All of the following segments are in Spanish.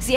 Si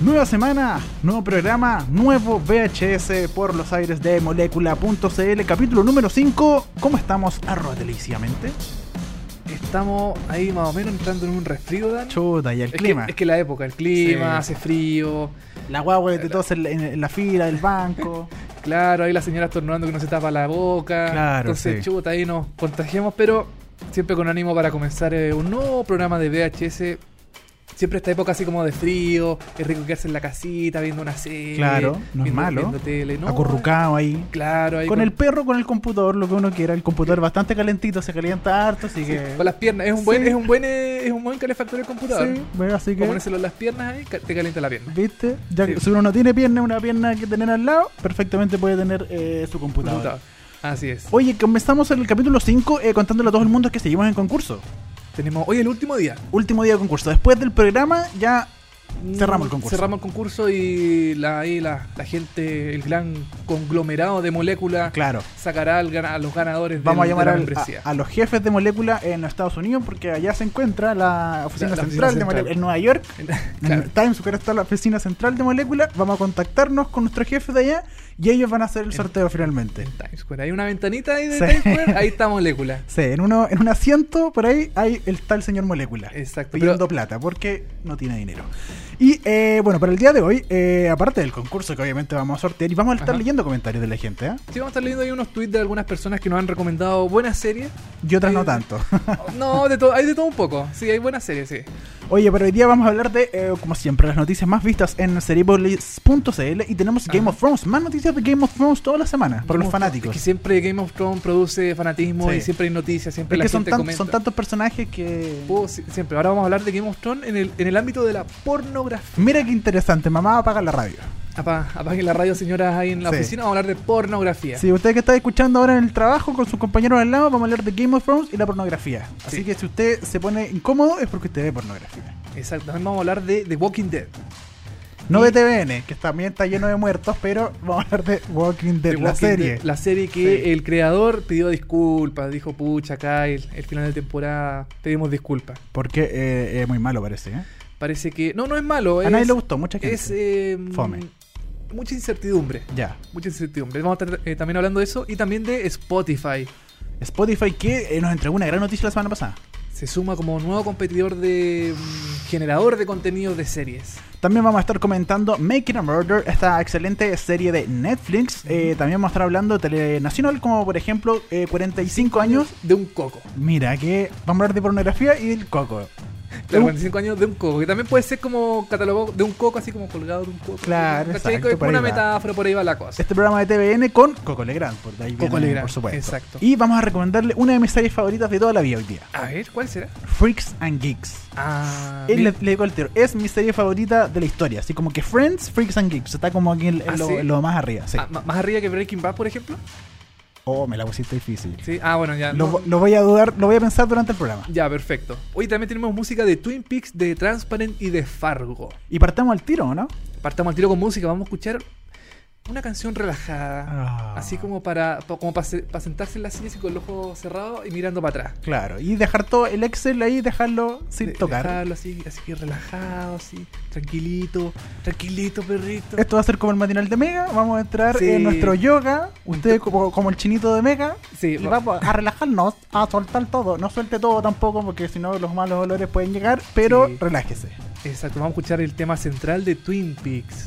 Nueva semana, nuevo programa, nuevo VHS por los aires de molécula.cl, capítulo número 5. ¿Cómo estamos arroba televisivamente? Estamos ahí más o menos entrando en un resfrío, Dan. Chuta, y el es, clima. Que, es que la época, el clima, Sí. hace frío. La guagua de todos en, la- en la fila del banco. Claro, ahí la señora estornudando que no se tapa la boca. Claro, Entonces, sí. chuta, ahí nos contagiamos, pero siempre con ánimo para comenzar eh, un nuevo programa de VHS. Siempre esta época así como de frío, es rico quedarse en la casita viendo una serie. Claro, no es viendo- malo. viendo tele, ¿no? Acurrucado ahí. Claro, ahí Con el perro, con el computador, lo que uno quiera. El computador bastante calentito, se calienta harto, así sí, que. con las piernas. Es un buen, Sí. es un buen, eh, es un buen calefactor el computador. Sí, bueno, así que. Como ponérselo en las piernas ahí, ca- te calienta la pierna. ¿Viste? Ya que Sí. si uno no tiene pierna, una pierna que tener al lado, perfectamente puede tener eh, su computador. Computador. Así es. Oye, comenzamos el capítulo 5 eh, contándole a todo el mundo que seguimos en concurso. Tenemos hoy el último día. Último día de concurso. Después del programa ya cerramos el concurso. Cerramos el concurso y la, ahí la, la gente, el gran conglomerado de moléculas, Claro. sacará al gana- a los ganadores del- Vamos a llamar de la al- membresía. a, a los jefes de molécula en Estados Unidos porque allá se encuentra la oficina La- la central oficina de central. molécula en Nueva York. Claro. En Times Square está la oficina central de molécula. Vamos a contactarnos con nuestros jefes de allá y ellos van a hacer el sorteo finalmente. En Times Square. Hay una ventanita ahí de Sí. Times Square, ahí está molécula. Sí, en, uno, en un asiento por ahí hay el tal señor Molécula. Exacto, Pidiendo pero- plata porque no tiene dinero. Y eh, bueno, para el día de hoy, eh, aparte del concurso que obviamente vamos a sortear y vamos a estar Ajá. leyendo comentarios de la gente, ¿eh? Sí, vamos a estar leyendo ahí unos tweets de algunas personas que nos han recomendado buenas series. Y otras no Eh, tanto. No, de todo, hay de todo un poco. Sí, hay buenas series, sí. Oye, pero hoy día vamos a hablar de, eh, como siempre, las noticias más vistas en Seripolis.cl y tenemos Game Ajá. of Thrones, más noticias de Game of Thrones todas las semanas, para los Como- fanáticos. Es que siempre Game of Thrones produce fanatismo Sí. y siempre hay noticias, siempre Es la que son, gente tan- comenta. son tantos personajes que... Oh, sí, siempre. Ahora vamos a hablar de Game of Thrones en el, en el ámbito de la pornografía. Mira qué interesante, mamá apaga la radio. Apa- Apaguen la radio, señoras, ahí en la Sí. oficina. Vamos a hablar de pornografía. Si usted que está escuchando ahora en el trabajo con sus compañeros al lado, vamos a hablar de Game of Thrones y la pornografía. Así Sí. que si usted se pone incómodo es porque usted ve pornografía. Exacto. También vamos a hablar de The Walking Dead. No Y- de TVN, que también está lleno de muertos, pero vamos a hablar de Walking Dead, The la Walking serie. Dead, la serie que Sí. el creador pidió disculpas. Dijo, pucha, acá el, el final de temporada pedimos disculpas. Porque eh, es muy malo parece, ¿eh? Parece que. No, no es malo. A nadie es- le gustó, mucha gente. Pues, Es. eh, Fome. Mucha incertidumbre. Ya. Mucha incertidumbre. Vamos a estar eh, también hablando de eso y también de Spotify. Spotify que eh, nos entregó una gran noticia la semana pasada. Se suma como nuevo competidor de. mm, generador de contenido de series. También vamos a estar comentando Making a Murder, esta excelente serie de Netflix. Eh, también vamos a estar hablando de Telenacional, como por ejemplo eh, 45 años De un coco. Mira, que vamos a hablar de pornografía y del coco. Claro, Uh, 45 años de un coco, que también puede ser como catalogado de un coco, así como colgado de un coco. Claro, ¿cachai? exacto, Es por como una ahí va. metáfora, por ahí va la cosa. Este programa de TVN con Coco Legrand, por ahí Coco viene, Legrand, por supuesto. exacto. Y vamos a recomendarle una de mis series favoritas de toda la vida hoy día: A ver, ¿cuál será? Freaks and Geeks. Ah, Él mira, le, le digo el tiro, es mi serie favorita de la historia. Así como que Friends, Freaks and Geeks. Está como aquí en, en ¿Ah, lo, sí? en lo más arriba. Sí. ah, ma- más arriba que Breaking Bad, por ejemplo. Oh, me la pusiste difícil. Sí, ah, bueno, ya. Lo, no- vo- lo voy a dudar, lo voy a pensar durante el programa. Ya, perfecto. Hoy también tenemos música de Twin Peaks, de Transparent y de Fargo. Y partamos al tiro, ¿no? Partamos al tiro con música, vamos a escuchar una canción relajada. Ah. Así como para, pa- como para, sentarse en la silla así con los ojos cerrados y mirando para atrás. Claro. Y dejar todo el Excel ahí, dejarlo sin De- tocar. Dejarlo así, así que relajado, así, tranquilito, tranquilito, perrito. Esto va a ser como el matinal de Mega. Vamos a entrar Sí. en nuestro yoga. Ustedes como, como el chinito de Mega. Sí, Y va- vamos a relajarnos, a soltar todo. No suelte todo tampoco porque si no los malos olores pueden llegar. Pero Sí. relájese. Exacto, vamos a escuchar el tema central de Twin Peaks,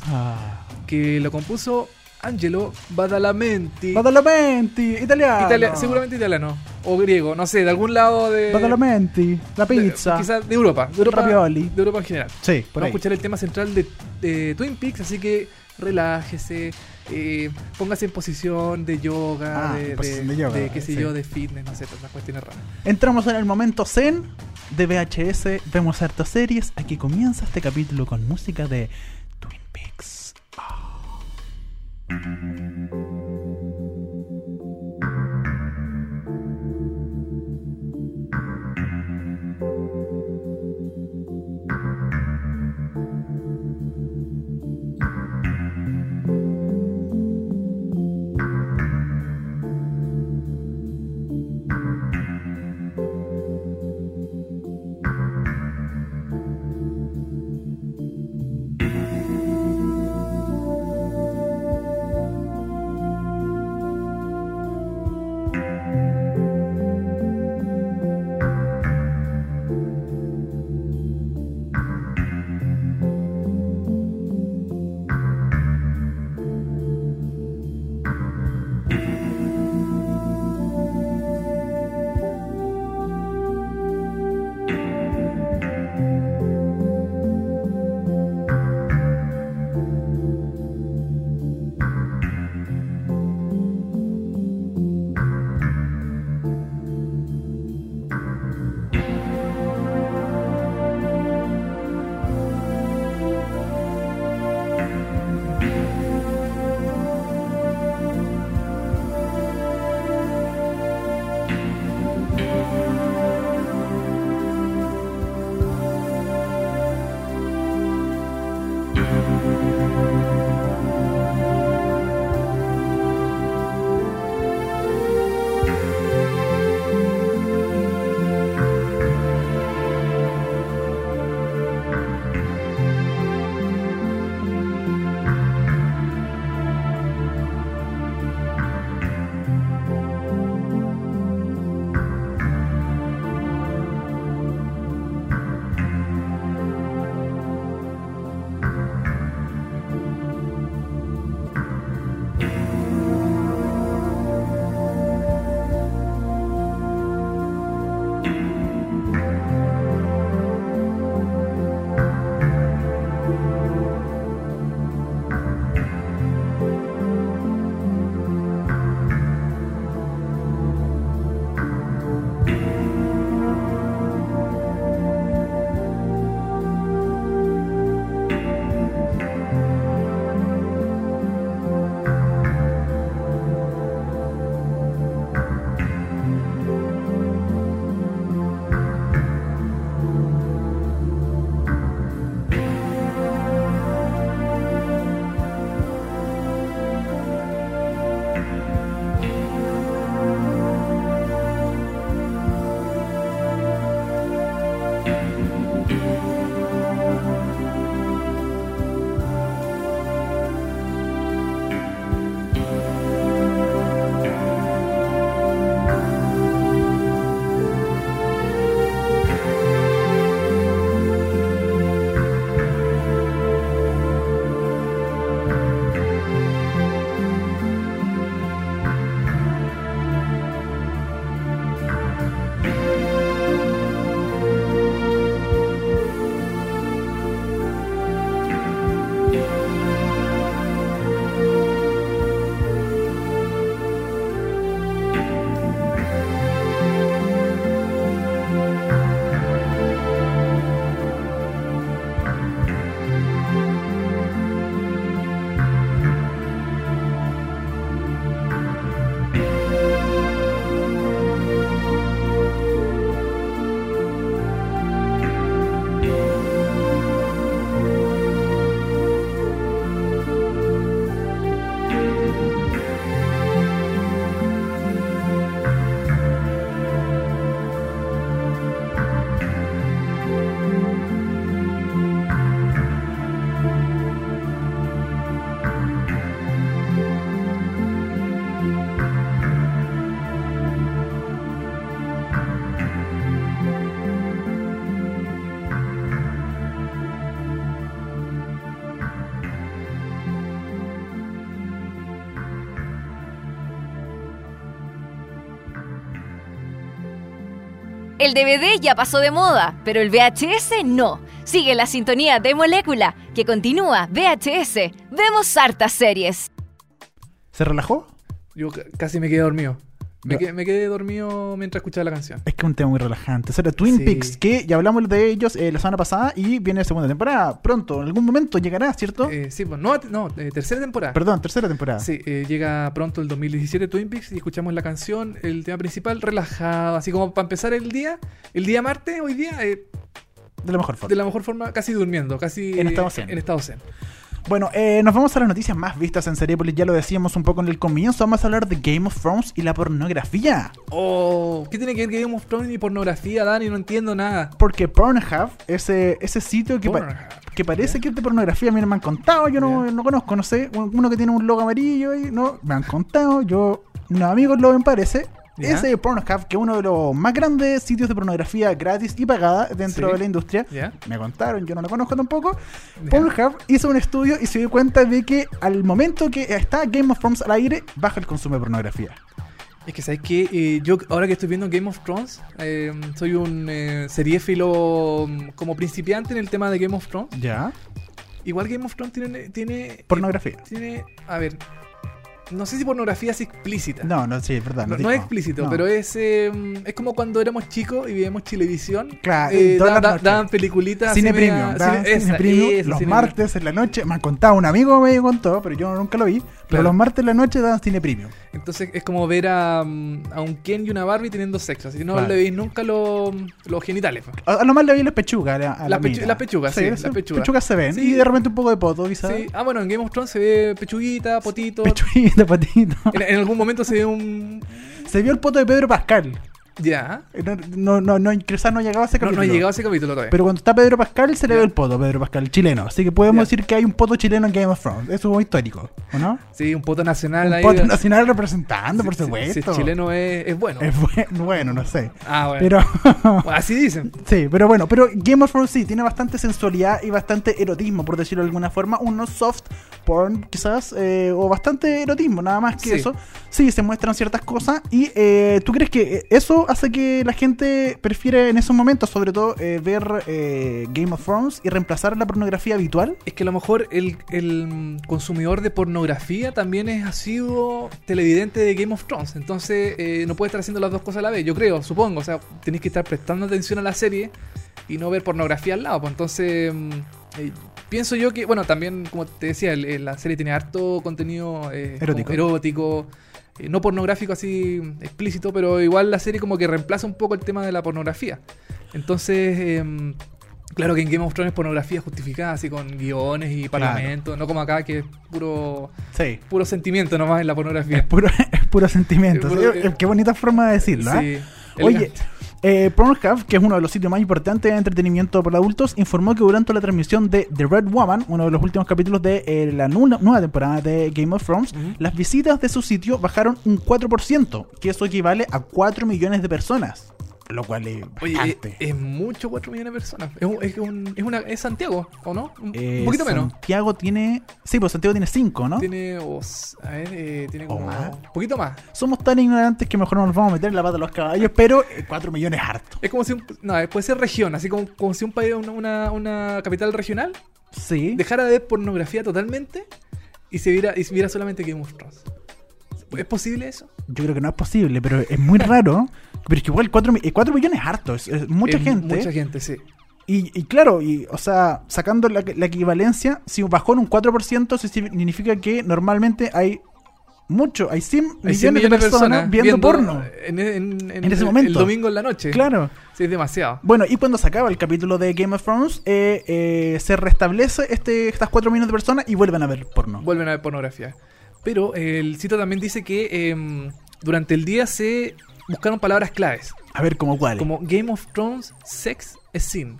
que lo compuso Angelo Badalamenti. Badalamenti, italiano. Italia- seguramente italiano, o griego, no sé, de algún lado de... Badalamenti, la de- pizza. Quizás de Europa, de Europa, Ravioli. de Europa en general. Sí, por Vamos a ahí. escuchar el tema central de, de Twin Peaks, así que relájese, eh, póngase en posición de yoga, Ah, de, en posición de yoga, qué sé sí. yo, de fitness, no sé, todas las cuestiones raras. Entramos en el momento zen de VHS. Vemos hartas series. Aquí comienza este capítulo con música de Twin Peaks. Ah. El DVD ya pasó de moda, pero el VHS no. Sigue la sintonía de molécula, que continúa VHS. Vemos hartas series. ¿Se relajó? Yo ca- casi me quedé dormido. Me, Ya. que- me quedé dormido mientras escuchaba la canción. Es que es un tema muy relajante. Será Twin Sí. Peaks, que ya hablamos de ellos eh, la semana pasada y viene segunda temporada. Pronto, en algún momento llegará, ¿cierto? Eh, sí, pues, no, no eh, tercera temporada. Perdón, tercera temporada. Sí, eh, llega pronto el 2017 Twin Peaks y escuchamos la canción, el tema principal, relajado, así como para empezar el día, el día martes, hoy día, eh, De la mejor forma. de la mejor forma, casi durmiendo, casi En estado zen. en estado zen. Bueno, eh, nos vamos a las noticias más vistas en Seriepolis. Ya lo decíamos un poco en el comienzo. Vamos a hablar de Game of Thrones y la pornografía. Oh, ¿qué tiene que ver Game of Thrones y pornografía, Dani? No entiendo nada. Porque Pornhub, ese, ese sitio que, pa- Pornhub, que parece que es de pornografía, a mí no me han contado, yo no, Ya. no conozco, no sé, un- uno que tiene un logo amarillo y no, me han contado, yo, unos amigos lo ven parece. Ya. Ese Pornhub, que es uno de los más grandes sitios de pornografía gratis y pagada dentro Sí. de la industria, ¿Ya? me contaron, yo no lo conozco tampoco. Ya. Pornhub hizo un estudio y se dio cuenta de que al momento que está Game of Thrones al aire, baja el consumo de pornografía. Es que, ¿sabes qué? Eh, yo ahora que estoy viendo Game of Thrones, eh, soy un eh, seriéfilo mm, como principiante en el tema de Game of Thrones. Ya. Igual Game of Thrones tiene... tiene Pornografía. Tiene... A ver. no sé si pornografía es explícita. No, no, sí, es verdad. No, te- no es explícito, no. pero es eh, es como cuando éramos chicos y veíamos televisión. Claro, eh, todas da- las da- noches. daban peliculitas. Cine así media- premium, ¿verdad? cine- Cine esa, premium, esa, los cine martes en la noche, me han contado un amigo, me contó, pero yo nunca lo vi, pero Claro. los martes en la noche daban cine premium. premium. Entonces es como ver a, mm, a un Ken y una Barbie teniendo sexo. Así que no Claro. le veis nunca los- los genitales. pues. A, a lo más le vi las pechugas. a la- a la Las pechu- mina. las pechugas, sí, las pechugas. se ven, Sí. y de repente un poco de poto, quizás. Sí. Ah, bueno, en Game of Thrones se ve pechuguita, potito. Pechuguita, patito. En, en algún momento se ve un. Se vio el poto de Pedro Pascal. Ya. No, no, no, no, quizás no ha llegado a ese No, capítulo. no ha llegado a ese capítulo todavía. Pero cuando está Pedro Pascal, se le Ya. ve el poto, Pedro Pascal, chileno. Así que podemos Ya. decir que hay un poto chileno en Game of Thrones. Eso es muy histórico, ¿o no? Sí, un poto nacional Un ahí. poto nacional representando, por Si- si- supuesto. Si, es chileno es, es bueno. Es bu- bueno, no sé. Ah, bueno. Pero. Así dicen. Sí, pero bueno, pero Game of Thrones sí tiene bastante sensualidad y bastante erotismo, por decirlo de alguna forma. Uno soft porn, quizás, eh, o bastante erotismo, nada más que Sí. eso. Sí, se muestran ciertas cosas. ¿Y eh, tú crees que eh, eso hace que la gente prefiere en esos momentos, sobre todo, eh, ver eh, Game of Thrones y reemplazar la pornografía habitual? Es que a lo mejor el, el, mm, consumidor de pornografía también es asiduo televidente de Game of Thrones. Entonces eh, no puede estar haciendo las dos cosas a la vez, yo creo, supongo. O sea, tenés que estar prestando atención a la serie y no ver pornografía al lado. Pues entonces mm, eh, pienso yo que, bueno, también como te decía, el- el- la serie tiene harto contenido eh, como Erótico. erótico, eh, no pornográfico así mm, explícito, pero igual la serie como que reemplaza un poco el tema de la pornografía. Entonces... em, Claro que en Game of Thrones es pornografía justificada, así con guiones y parlamento, no como acá que es puro, Sí. puro sentimiento nomás en la pornografía. Puro, es puro sentimiento. Es puro- sí, eh, Qué bonita forma de decirlo, ¿eh? Sí, Oye, elegante. eh, Pornhub, que es uno de los sitios más importantes de entretenimiento para adultos, informó que durante la transmisión de The Red Woman, uno de los últimos capítulos de eh, la nu- nueva temporada de Game of Thrones, Ujú. las visitas de su sitio bajaron un 4%, que eso equivale a 4 millones de personas. Lo cual es Oye, eh, bastante. es, es mucho 4 millones de personas. Es, un- es un- es una, es Santiago, ¿o no? Un, un Eh, poquito menos. Santiago tiene. Sí, pues Santiago tiene 5, ¿no? Tiene, os- a ver, eh, tiene ¿O como más? un poquito más. Somos tan ignorantes que mejor no nos vamos a meter en la pata de los caballos, pero 4 millones es harto. Es como si, un, no, eh, puede ser región, así como, como si un país, una, una, una capital regional, Sí. dejara de ver pornografía totalmente y se viera, y se viera solamente Game of Thrones. ¿Es posible eso? Yo creo que no es posible, pero es muy raro. Pero es que igual 4, millones es harto, es, es mucha Es gente. Mucha gente, sí. Y, y claro, y, o sea, sacando la, la equivalencia, si bajó en un 4%, eso significa que normalmente hay mucho, hay 100 Hay millones, 100 de personas, viendo, porno. En, en- en En ese el- El momento. domingo en la noche. Claro. eh, Sí, es demasiado. Bueno, y cuando se acaba el capítulo de Game of Thrones, eh, eh, se restablece este, estas 4 millones de personas y vuelven a ver porno. Vuelven a ver pornografía. Pero eh, el sitio también dice que em, durante el día se buscaron palabras claves. a ver cómo cuál. Como Como Game of Thrones, sex, scene.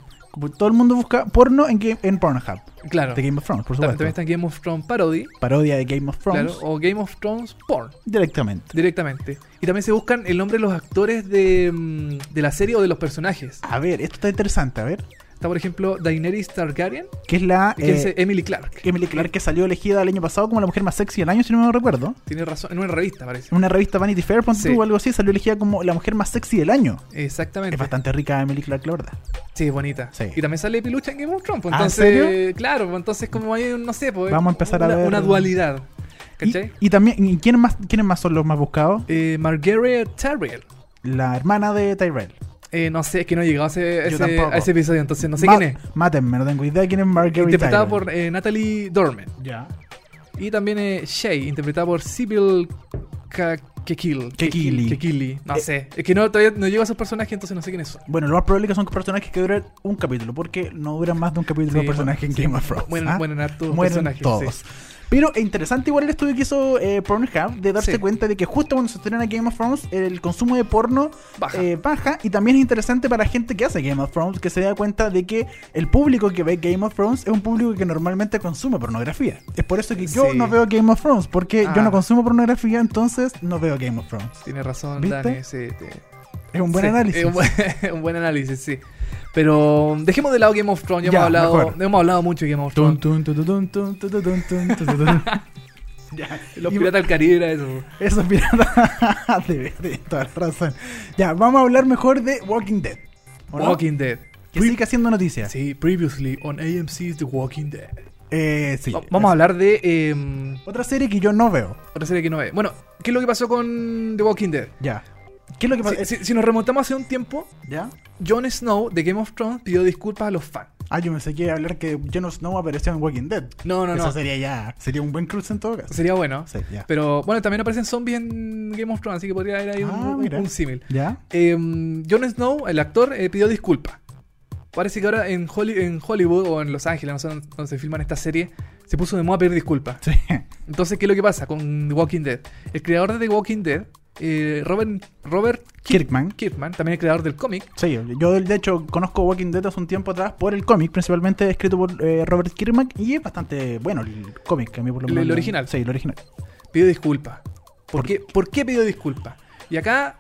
todo el mundo busca porno en, Game- en Pornhub. Claro. De Game of Thrones, por Ta- supuesto. También está Game of Thrones parody. Parodia de Game of Thrones Claro, o Game of Thrones porn. directamente. Directamente. Y también se buscan el nombre de los actores de, mm, de la serie o de los personajes. A ver, esto está interesante, a ver. Está, por ejemplo, Daenerys Targaryen, Que es la que es eh, eh, Emily Clark. Emily Clark que salió elegida el año pasado como la mujer más sexy del año, si no me recuerdo. Tiene razón, en una revista parece. En una revista Vanity Fair, ponte Sí. tú, o algo así, salió elegida como la mujer más sexy del año. Exactamente. Es bastante rica Emily Clark, la verdad. Sí, es bonita. Sí. Y también sale Pilucha en Game of Thrones. pues, ¿Ah, en entonces, serio? claro, pues, entonces como hay, un- no sé, pues, Vamos a empezar a una, ver- una dualidad. Y, ¿Cachai? y también, ¿y quién más, ¿quiénes más son los más buscados? Eh, Margaret Tarriel. La hermana de Tyrell. Eh, no sé, es que no he llegado a ese, a Yo ese- tampoco. a ese episodio, entonces no sé Ma- quién es. Mátenme, no tengo idea quién es Margaret Interpretada Tyrell. por eh, Natalie Dorman. Ya. Y también eh, Shay, interpretada por Sibyl Ka- Kekil. Kekili. Eh. Kekili. No sé. Es que no, todavía no llego a esos personajes, entonces no sé quiénes son. Bueno, lo más probable es que son personajes que duran un capítulo, porque no duran más de un capítulo Sí, de personaje en sí. Game of Thrones. Mueren, ¿ah? mueren hartos mueren personajes. sí. todos. Pero es interesante igual el estudio que hizo eh, Pornhub de darse Sí. cuenta de que justo cuando se estrena Game of Thrones el consumo de porno Baja. eh, baja y también es interesante para gente que hace Game of Thrones que se da cuenta de que el público que ve Game of Thrones es un público que normalmente consume pornografía. Es por eso que yo Sí. no veo Game of Thrones porque Ah. yo no consumo pornografía entonces no veo Game of Thrones. Tienes razón, ¿Viste? Dani. sí, te- Es un buen Sí, análisis. es Un buen, un buen análisis, sí. Pero um, dejemos de lado Game of Thrones. Ya, Ya, hemos, hablado, mejor. hemos hablado mucho de Game of Thrones. Tun, tun, tun, tun, tun, tun, tun, tun, tun, tun. Ya. Los Y- piratas del Caribe era eso. Eso es pirata. de de toda la razón. Ya, vamos a hablar mejor de Walking Dead. ¿o no? Walking Dead. Que sigue haciendo noticias. Sí, previously on AMC's The Walking Dead. Eh, sí. Va- Vamos a hablar de eh, Otra serie que yo no veo. otra serie que no ve. Bueno, ¿qué es lo que pasó con The Walking Dead? Ya. ¿Qué es lo que pasa? Si, eh, si- si nos remontamos hace un tiempo, ¿Ya? Jon Snow de Game of Thrones pidió disculpas a los fans. Ah, yo pensé que iba a hablar que Jon Snow apareció en Walking Dead. No, no, Eso no. sería ya. Sería un buen cruce en todo caso. Sería bueno. Sí, ya. Pero bueno, también aparecen zombies en Game of Thrones, así que podría haber ahí un, Ah, un- mira. un símil. ¿Ya? Eh, Jon Snow, el actor, eh, pidió disculpas. Parece que ahora en, Holly- en Hollywood o en Los Ángeles, no sé dónde dónde se filman esta serie, se puso de moda pedir disculpas. Sí. Entonces, ¿qué es lo que pasa con The Walking Dead? El creador de The Walking Dead, eh, Robert, Robert Kirk- Kirkman. Kirkman, también el creador del cómic, Sí, yo de hecho conozco Walking Dead hace un tiempo atrás por el cómic, principalmente escrito por eh, Robert Kirkman y es bastante bueno el cómic que a mí por lo El- menos. el original. Sí, el original. pidió disculpas. ¿Por, qué, ¿Por qué pidió disculpas? Y acá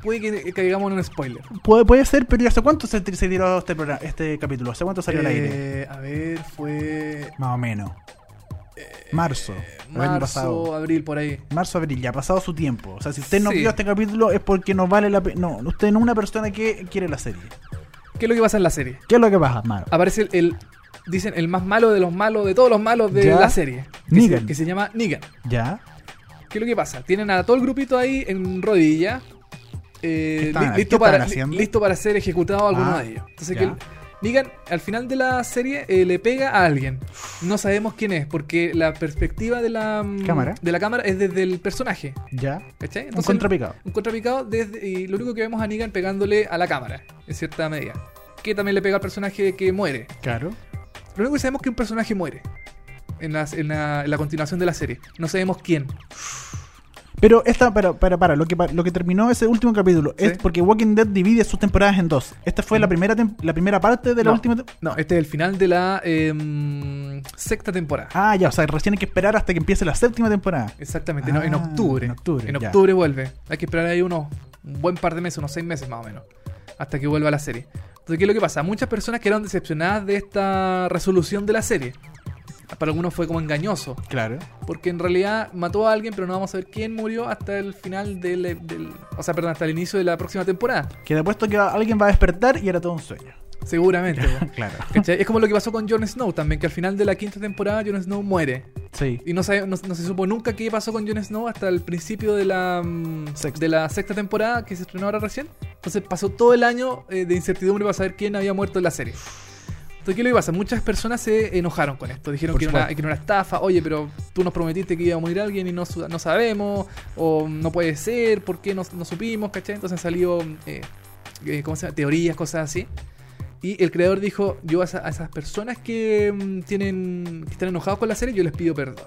puede que caigamos en un spoiler. Puede, puede ser, pero ¿y ¿hace cuánto se, se tiró este, programa- este capítulo? ¿Hace cuánto salió al aire? Eh, a ver, fue Más o menos. marzo. el año pasado. eh, marzo, abril, por ahí. Marzo, abril, ya ha pasado su tiempo. O sea, si usted no Sí. vio este capítulo es porque no vale la pena. No, usted no es una persona que quiere la serie. ¿Qué es lo que pasa en la serie? ¿Qué es lo que pasa, Maro? Aparece el, el- dicen, el más malo de los malos, de todos los malos de Ya. la serie. Que Negan. se, que se llama Negan. ¿Ya? ¿Qué es lo que pasa? Tienen a todo el grupito ahí en rodilla, eh, ¿Qué estaban- li- qué listo, estaban para, li- haciendo? listo para ser ejecutado alguno Ah, de ellos. Entonces, ya. que el- Negan, al final de la serie, eh, le pega a alguien. No sabemos quién es, porque la perspectiva de la mm, Cámara. de la cámara es desde el personaje. ¿Ya? ¿Cachai? un Entonces, contrapicado. un contrapicado desde, y lo único que vemos a Negan pegándole a la cámara, en cierta medida. Que también le pega al personaje que muere. Claro. Lo único que sabemos es que un personaje muere en, las- en la, en la continuación de la serie. No sabemos quién. Pero esta, para, para, para, lo que, pa- lo que terminó ese último capítulo es Sí. porque Walking Dead divide sus temporadas en dos. Esta fue la Mm. primera tem- la primera parte de la No. última tem- No, este es el final de la em, sexta temporada. Ah, ya, o sea, recién hay que esperar hasta que empiece la séptima temporada. Eh, Exactamente, no, en Ah, octubre. en octubre, ya. octubre vuelve. Hay que esperar ahí unos un buen par de meses, unos seis meses más o menos, hasta que vuelva la serie. Entonces, ¿qué es lo que pasa? Muchas personas quedaron decepcionadas de esta resolución de la serie. Para algunos fue como engañoso. Claro. Porque en realidad mató a alguien, pero no vamos a ver quién murió hasta el final del, del- O sea, perdón, hasta el inicio de la próxima temporada. Que de apuesto que va- alguien va a despertar y era todo un sueño. Seguramente. po. Claro. ¿Cachai? Es como lo que pasó con Jon Snow también, que al final de la quinta temporada Jon Snow muere. Sí. Y no, sabe- no- no se supo nunca qué pasó con Jon Snow hasta el principio de la, mm, Sexta. de la sexta temporada que se estrenó ahora recién. Entonces pasó todo el año eh, de incertidumbre para saber quién había muerto en la serie. Entonces, ¿qué es lo que pasa? Muchas personas se enojaron con esto. Dijeron Por que era, una, supuesto. que era una estafa. Oye, pero tú nos prometiste que iba a morir alguien y no, su- no sabemos. O no puede ser. ¿Por qué no, no supimos? ¿Cachai? Entonces han salido eh, eh, ¿cómo se llama? teorías, cosas así. Y el creador dijo, yo a, esa- a esas personas que, mm, tienen, que están enojados con la serie, yo les pido perdón.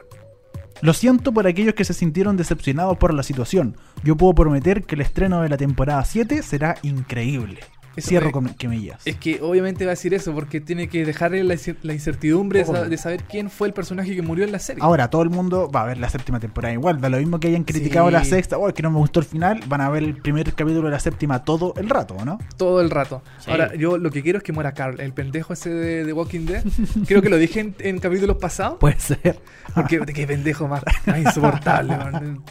Lo siento por aquellos que se sintieron decepcionados por la situación. Yo puedo prometer que el estreno de la temporada 7 será increíble. Eso Cierro fue- con quemillas. Es que obviamente va a decir eso, porque tiene que dejarle la, inci- la incertidumbre de, sa- Obvio. de saber quién fue el personaje que murió en la serie. Ahora, todo el mundo va a ver la séptima temporada igual. Da lo mismo que hayan criticado Sí. la sexta. Oh, que no me gustó el final. Van a ver el primer capítulo de la séptima todo el rato, ¿o ¿no? Todo el rato. Sí. Ahora, yo lo que quiero es que muera Carl, el pendejo ese de, de Walking Dead. Creo que lo dije en, en capítulos pasados. Puede ser. Porque Ah. de qué pendejo más, más insoportable, man.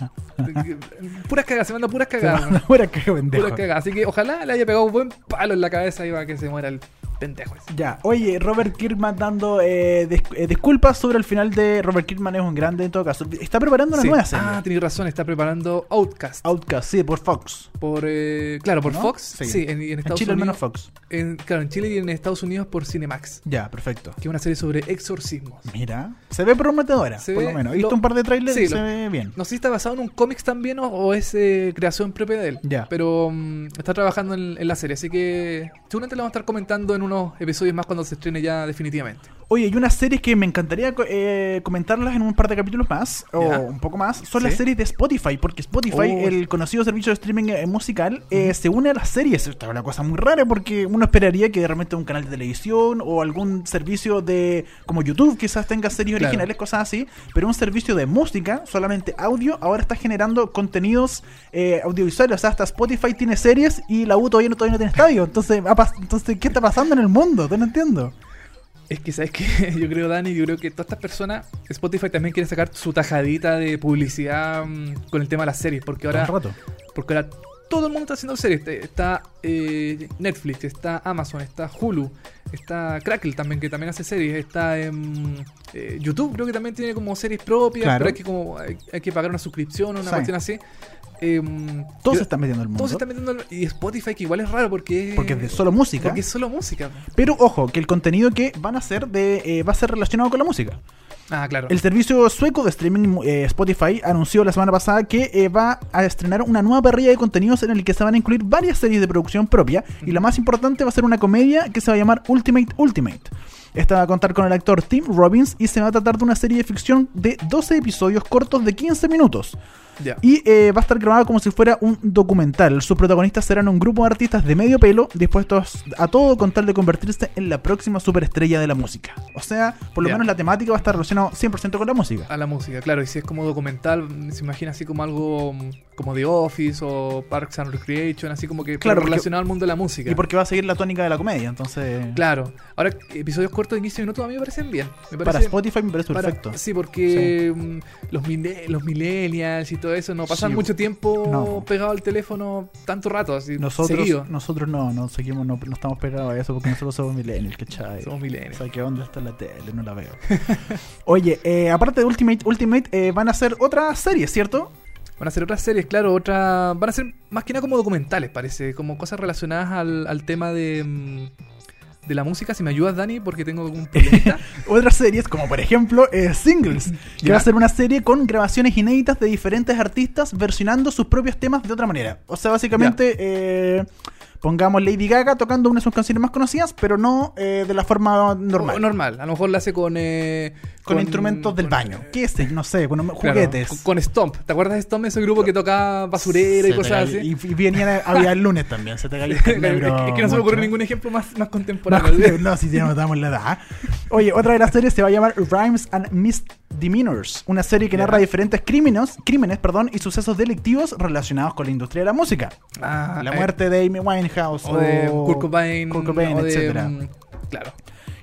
Puras cagadas, se manda puras cagadas. man. Ahora que pendejo. Puras cagadas. Así que ojalá le haya pegado un buen palo en la cabeza y va a que se muera el pendejo ese. Ya, oye, Robert Kirkman dando eh, dis- eh, disculpas sobre el final de Robert Kirkman es un grande en todo caso. Está preparando una Sí. nueva serie. Ah, tenéis razón, está preparando Outcast. Outcast, sí, por Fox. Por, eh, claro, por ¿No? Fox. Sí. Sí, en, en En Estados Chile al menos Unidos. Fox. en- claro, en Chile y en Estados Unidos por Cinemax, Ya, perfecto. que es una serie sobre exorcismos. Mira, se ve prometedora, Se por ve lo menos. He lo- visto un par de trailers Sí, y se lo- ve bien. No sé si está basado en un cómics también o, o es eh, creación propia de él. Ya. Pero mm, está trabajando en, en la serie, así que seguramente lo vamos a estar comentando en unos episodios más cuando se estrene ya definitivamente. Oye, y unas series que me encantaría co- eh, comentarlas en un par de capítulos más, o Ya. un poco más, son Sí. las series de Spotify, porque Spotify, Oh. el conocido servicio de streaming eh, musical, eh, se une a las series. Esta es una cosa muy rara, porque uno esperaría que realmente un canal de televisión o algún servicio de, como YouTube, quizás tenga series Claro. originales, cosas así, pero un servicio de música, solamente audio, ahora está generando contenidos eh, audiovisuales. O sea, hasta Spotify tiene series y la U todavía no, todavía no tiene estadio. Entonces, ha pas- entonces, ¿qué está pasando en el mundo? No entiendo. Es que, ¿sabes qué? Yo creo, Dani, yo creo que todas estas personas, Spotify también quiere sacar su tajadita de publicidad mm, con el tema de las series, porque ahora Todo el rato. Porque ahora todo el mundo está haciendo series. Te- Está eh, Netflix, está Amazon, está Hulu, está Crackle también, que también hace series. Está em, eh, YouTube, creo que también tiene como series propias, Claro. pero hay que, como, hay, hay que pagar una suscripción o una Sí. cuestión así. Em, Todos yo- se están metiendo en el mundo. todos se están metiendo al- Y Spotify, que igual es raro porque es. Porque es de solo música. Porque es solo música. Pero ojo, que el contenido que van a hacer de, eh, va a ser relacionado con la música. Ah, claro. El servicio sueco de streaming eh, Spotify anunció la semana pasada que eh, va a estrenar una nueva parrilla de contenidos en el que se van a incluir varias series de producción propia y la más importante va a ser una comedia que se va a llamar Ultimate Ultimate. Esta va a contar con el actor Tim Robbins y se va a tratar de una serie de ficción de 12 episodios cortos de 15 minutos. Ya. Y eh, va a estar grabado como si fuera un documental. Sus protagonistas serán un grupo de artistas de medio pelo, dispuestos a todo con tal de convertirse en la próxima superestrella de la música. O sea, por lo Ya. menos la temática va a estar relacionada 100% con la música. A la música, claro. Y si es como documental, se imagina así como algo mm, como The Office o Parks and Recreation, así como que pero Claro, porque- relacionado al mundo de la música. Y porque va a seguir la tónica de la comedia, entonces... Claro. Ahora, episodios cortos de 15 minutos a mí me parecen bien. Me Para parece, Spotify me parece para- perfecto. sí, porque mm, los, mille- los millennials y todo eso no pasan Sí. mucho tiempo No. pegado al teléfono tanto rato, así Nosotros, seguido. nosotros no, no seguimos, no, no estamos pegados a eso porque nosotros somos millennials, ¿cachai? Somos O millennials. sea, ¿qué onda está en la tele? No la veo. Oye, eh, aparte de Ultimate, Ultimate eh, van a hacer otra serie, ¿cierto? Van a ser otras series, claro, otra Van a ser más que nada como documentales, parece. Como cosas relacionadas al, al tema de, mm, de la música. Si me ayudas, Dani, porque tengo un problemita. Otras series, como por ejemplo eh, Singles, que Ya. va a ser una serie con grabaciones inéditas de diferentes artistas versionando sus propios temas de otra manera. O sea, básicamente, eh, pongamos Lady Gaga tocando una de sus canciones más conocidas, pero no eh, de la forma normal. O- normal. A lo mejor la hace con. eh, con, instrumentos del Oh, con- eh, baño. ¿Qué sé? No sé, con Claro, juguetes. con- con Stomp. ¿Te acuerdas de Stomp? Ese grupo que toca basurero Se y te cosas cayó- así. Y, y venían a, había el lunes también, se te cayó el Es que- es que no se me mucho. ocurre ningún ejemplo más, más No, contemporáneo. no, si ya notamos la edad. ¿ah? Oye, otra de las series se va a llamar Rhymes and Misdemeanors, una serie que Ya. narra diferentes crímenes, crímenes perdón, y sucesos delictivos relacionados con la industria de la música. Ah, la eh, muerte de Amy Winehouse O de Kurt Cobain. Kurt Cobain, o de, etcétera. mm, claro.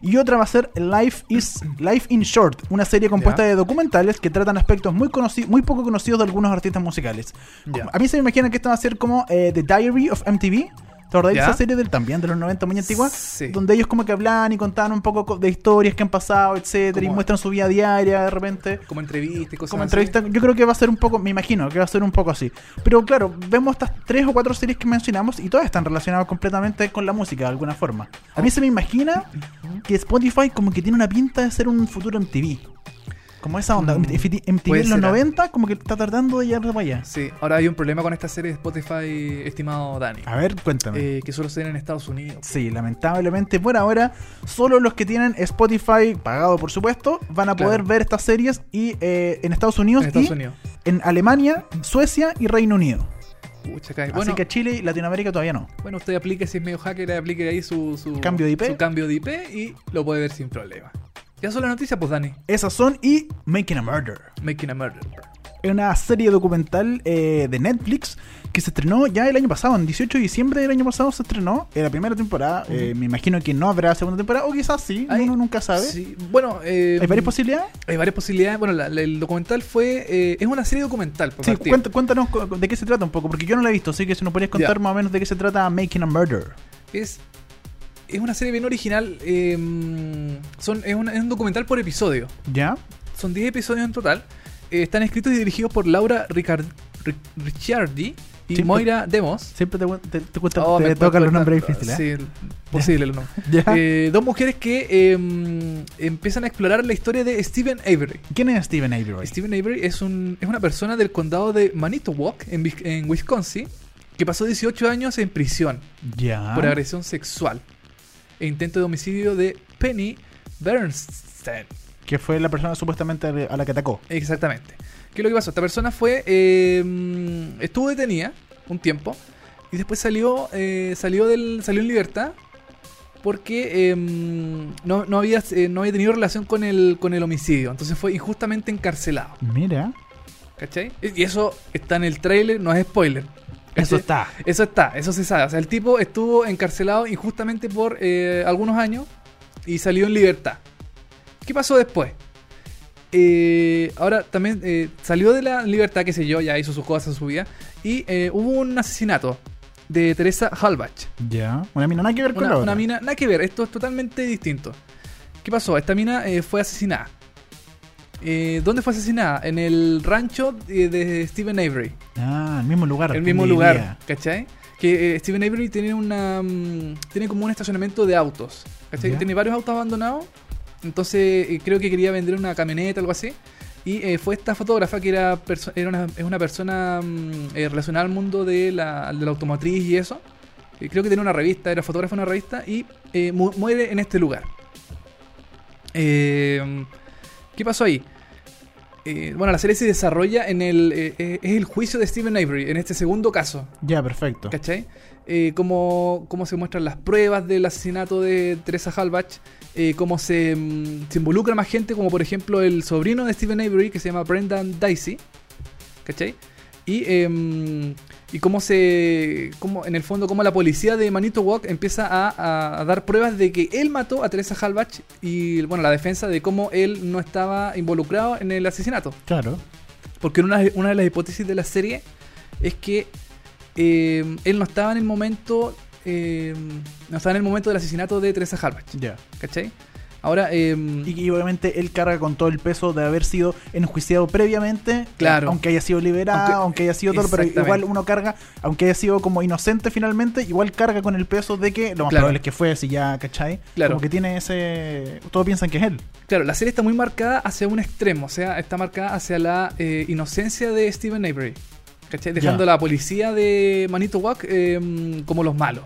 Y otra va a ser Life is Life in Short, una serie compuesta Ya. de documentales que tratan aspectos muy conoci- muy poco conocidos de algunos artistas musicales. Ya. A mí se me imagina que esto va a ser como eh, The Diary of MTV. ¿Te acordáis de Ya. esa serie del, también de los 90 muy antigua? Sí. Donde ellos como que hablaban y contaban un poco co- de historias que han pasado, etcétera, y Como- muestran su vida diaria de repente. Como entrevista y cosas Como así. entrevista, yo creo que va a ser un poco, me imagino que va a ser un poco así. Pero claro, vemos estas tres o cuatro series que mencionamos y todas están relacionadas completamente con la música de alguna forma. A mí se me imagina que Spotify como que tiene una pinta de ser un futuro MTV. Como esa onda, Mm, MTV MTV puede en los ser, ah. 90 como que está tratando de llegar para allá. Sí, ahora hay un problema con esta serie de Spotify, estimado Dani. A ver, cuéntame. eh, que solo se ven en Estados Unidos. Sí, lamentablemente por ahora, solo los que tienen Spotify pagado, por supuesto, van a Claro. poder ver estas series y eh, en Estados Unidos En Estados y Unidos. en Alemania, Suecia y Reino Unido. Pucha, cae. Bueno, Así que Chile y Latinoamérica todavía no. Bueno, usted aplique, si es medio hacker, aplique ahí su, su- Cambio de IP. su cambio de IP y lo puede ver sin problema. Ya son las noticias, pues Dani. Esas son y Making a Murder. Making a Murder. Es una serie documental eh, de Netflix que se estrenó ya el año pasado, en 18 de diciembre del año pasado se estrenó eh, la primera temporada. Eh, me imagino que no habrá segunda temporada, o quizás sí, Ay, uno nunca sabe. Sí, bueno, eh, Hay varias posibilidades. hay varias posibilidades. Bueno, la- la- el documental fue. eh, es una serie documental, por Sí, partir. cuént- cuéntanos co- de qué se trata un poco, porque yo no la he visto, así que si nos podrías contar Ya. más o menos de qué se trata Making a Murder. Es, es una serie bien original. eh, son, es, una- es un documental por episodio. ¿Ya? Son 10 episodios en total. Eh, están escritos y dirigidos por Laura Ricard, Ri- Ricciardi y Sí, Moira Demos. Siempre te, cu- te, te cuesta- Oh, te me tocan cuesta- los nombres difíciles. ¿eh? Sí, posible los nombres. ¿Ya? Eh, dos mujeres que em, empiezan a explorar la historia de Stephen Avery. ¿Quién es Steven Avery? Stephen Avery es, un, es una persona del condado de Manitowoc, en, Vis- en Wisconsin, que pasó 18 años en prisión Ya. por agresión sexual e intento de homicidio de Penny Bernstein. Que fue la persona supuestamente a la que atacó. Exactamente. ¿Qué es lo que pasó? Esta persona fue. eh, estuvo detenida un tiempo. Y después salió. eh, salió del. salió en libertad. Porque eh, no, no había, eh, no había tenido relación con el, con el homicidio. Entonces fue injustamente encarcelado. Mira. ¿Cachai? Y eso está en el trailer, no es spoiler. Eso ¿cachai? está. Eso está, eso se sabe. O sea, el tipo estuvo encarcelado injustamente por eh, algunos años y salió en libertad. ¿Qué pasó después? eh, ahora también eh, salió de la libertad, qué sé yo, ya hizo sus cosas en su vida. Y eh, hubo un asesinato de Teresa Halbach. Ya. Una mina nada que ver con Una, la una otra. mina, nada que ver, esto es totalmente distinto. ¿Qué pasó? Esta mina eh, fue asesinada. Eh, ¿Dónde fue asesinada? En el rancho eh, de Stephen Avery. Ah, el mismo lugar. el mismo donde lugar, vivía. ¿cachai? Que eh, Steven Avery tiene una mm, tiene como un estacionamiento de autos, ¿cachai? Ya. Tiene varios autos abandonados, entonces eh, creo que quería vender una camioneta algo así. Y eh, fue esta fotógrafa que era, perso- era una, es una persona mm, eh, relacionada al mundo de la, de la automotriz y eso. Eh, creo que tenía una revista, era fotógrafa de una revista y eh, mu- muere en este lugar. Eh, ¿Qué pasó ahí? Eh, bueno, la serie se desarrolla en el. eh, eh, es el juicio de Stephen Avery, en este segundo caso, Ya, perfecto. ¿cachai? Eh, cómo, cómo se muestran las pruebas del asesinato de Teresa Halbach, eh, cómo se, mm, se involucra más gente, como por ejemplo el sobrino de Stephen Avery, que se llama Brendan Dicey, ¿cachai? Y, em, y cómo se. Cómo, en el fondo, cómo la policía de Manitowoc empieza a- a, a dar pruebas de que él mató a Teresa Halbach y, bueno, la defensa de cómo él no estaba involucrado en el asesinato. Claro. Porque una, una de las hipótesis de la serie es que eh, él no estaba en el momento. eh, no estaba en el momento del asesinato de Teresa Halbach. Ya. ¿Cachai? Ahora. eh, Y, y obviamente él carga con todo el peso de haber sido enjuiciado previamente. Claro. Aunque haya sido liberado, aunque, Aunque- haya sido todo, pero Exactamente. igual uno carga, aunque haya sido como inocente finalmente, igual carga con el peso de que lo más Claro. probable es que fue, si ya, ¿cachai? Claro. Como que tiene ese. Todos piensan que es él. claro, la serie está muy marcada hacia un extremo. O sea, está marcada hacia la eh, inocencia de Stephen Avery. ¿Cachai? Dejando Ya. a la policía de Manitowoc eh, como los malos.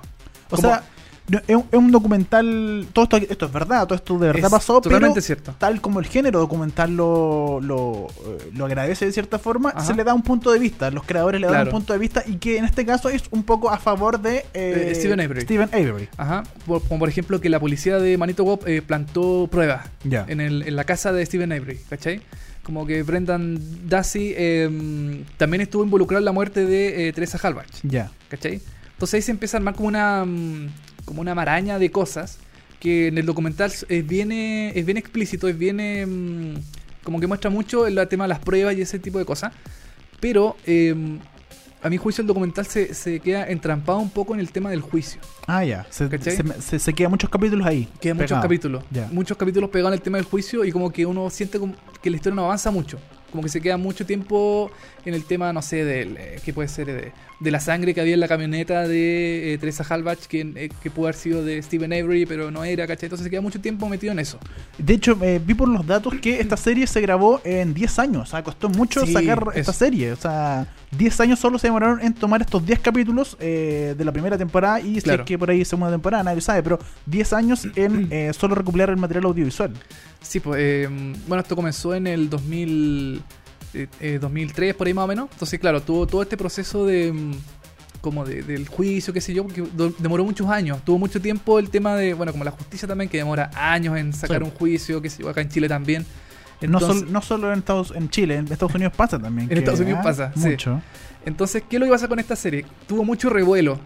O Como- sea, no, es, un- es un documental. Todo esto, esto es verdad, todo esto de verdad Es pasó, pero totalmente cierto. tal como el género documental lo, lo, eh, lo agradece de cierta forma, Ajá. se le da un punto de vista. Los creadores le dan Claro. un punto de vista y que en este caso es un poco a favor de eh, Eh, Steven Avery. Steven Avery. Ajá, por- como por ejemplo que la policía de Manitowoc eh, plantó pruebas Ya. en, el- en la casa de Steven Avery, ¿cachai? Como que Brendan Dassey eh, también estuvo involucrado en la muerte de eh, Teresa Halbach, Ya. ¿cachai? Entonces ahí se empieza a armar como una, mm, como una maraña de cosas que en el documental es bien, eh, es bien explícito, es bien... eh, mm, como que muestra mucho el tema de las pruebas y ese tipo de cosas, pero... eh, a mi juicio el documental se, se queda entrampado un poco en el tema del juicio. Ah, ya. Se, ¿Cachai? se, se- se quedan muchos capítulos ahí. Quedan muchos pegados. capítulos. Ya. Muchos capítulos pegados en el tema del juicio y como que uno siente como que la historia no avanza mucho. Como que se queda mucho tiempo en el tema, no sé, del, eh, ¿qué puede ser? De, de la sangre que había en la camioneta de eh, Teresa Halbach, que, eh, que pudo haber sido de Steven Avery, pero no era, ¿cachai? Entonces se queda mucho tiempo metido en eso. De hecho, eh, vi por los datos que esta serie se grabó en 10 años. O sea, costó mucho Sí, sacar esta eso. serie. O sea, 10 años solo se demoraron en tomar estos 10 capítulos eh, de la primera temporada y si Claro. es que por ahí segunda temporada, nadie sabe, pero 10 años en eh, solo recopilar el material audiovisual. Sí, pues, eh, bueno, esto comenzó en el 2000, eh, eh, 2003, por ahí más o menos. Entonces, claro, tuvo todo este proceso de mm, como de- del juicio, qué sé yo, porque do- demoró muchos años. Tuvo mucho tiempo el tema de, bueno, como la justicia también, que demora años en Sí. sacar un juicio, qué sé yo, acá en Chile también. no, Entonces, sol- no solo en Estados en Chile, en Estados Unidos pasa también. ¿eh? En Estados Unidos pasa, sí. Mucho. entonces, ¿qué es lo que pasa con esta serie? Tuvo mucho revuelo.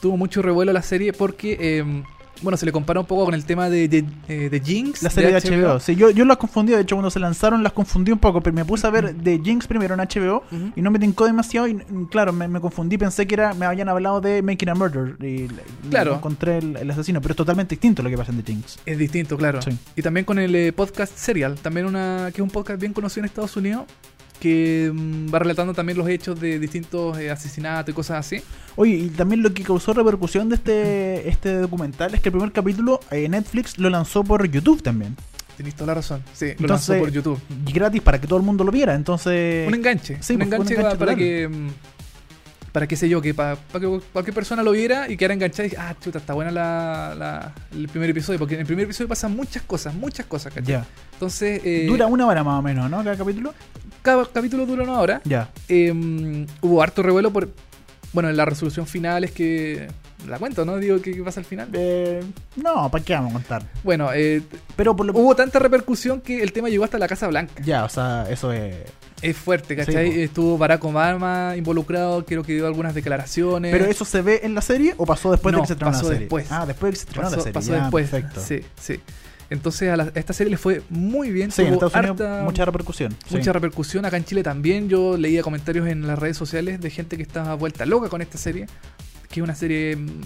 Tuvo mucho revuelo la serie porque, eh, bueno, se le compara un poco con el tema de, de, eh, de Jinx. La serie de HBO. Sí, yo, yo las confundí, de hecho, cuando se lanzaron las confundí un poco, pero me puse a ver de Jinx primero en HBO Ujú. y no me tincó demasiado y mm, claro, me, me confundí, pensé que era me habían hablado de Making a Murder y le- Claro. encontré el, el asesino, pero es totalmente distinto lo que pasa en The Jinx. Es distinto, claro. Sí. Y también con el eh, podcast Serial, también una que es un podcast bien conocido en Estados Unidos, que mm, va relatando también los hechos de distintos eh, asesinatos y cosas así. Oye, y también lo que causó repercusión de este, este documental es que el primer capítulo eh, Netflix lo lanzó por YouTube también. Tenéis toda la razón. Sí, lo Entonces- lanzó por YouTube. Y gratis para que todo el mundo lo viera, entonces... un enganche. sí, un pues, fue un enganche, enganche pa- para total. que. mm, Para qué sé yo, que para, que cualquier persona lo viera y quedara enganchada y dije, ah, chuta, está buena la, la- el primer episodio. Porque en el primer episodio pasan muchas cosas, muchas cosas, ¿cachai? Ya. Entonces, eh, Dura una hora más o menos, ¿no? Cada capítulo. cada capítulo dura una hora. Ya. eh, hubo harto revuelo por. Bueno, la resolución final es que. La cuento, ¿no? Digo, ¿qué, qué pasa al final? Eh, no, ¿para qué vamos a contar? Bueno, eh, Pero por lo hubo tanta repercusión que el tema llegó hasta la Casa Blanca. Ya, o sea, eso Eh, es... Es fuerte, Sí, ¿cachai? po. Estuvo Barack Obama involucrado, creo que dio algunas declaraciones. ¿Pero eso se ve en la serie o pasó después de No, que se estrenó pasó la serie? después. Ah, después de que se estrenó pasó, la serie. pasó ya, después. Perfecto. Sí, sí. Entonces a, la- a esta serie le fue muy bien. Sí, en tuvo Estados Unidos harta- mucha repercusión. sí. mucha repercusión. Acá en Chile también yo leía comentarios en las redes sociales de gente que estaba vuelta loca con esta serie, que es una serie mm,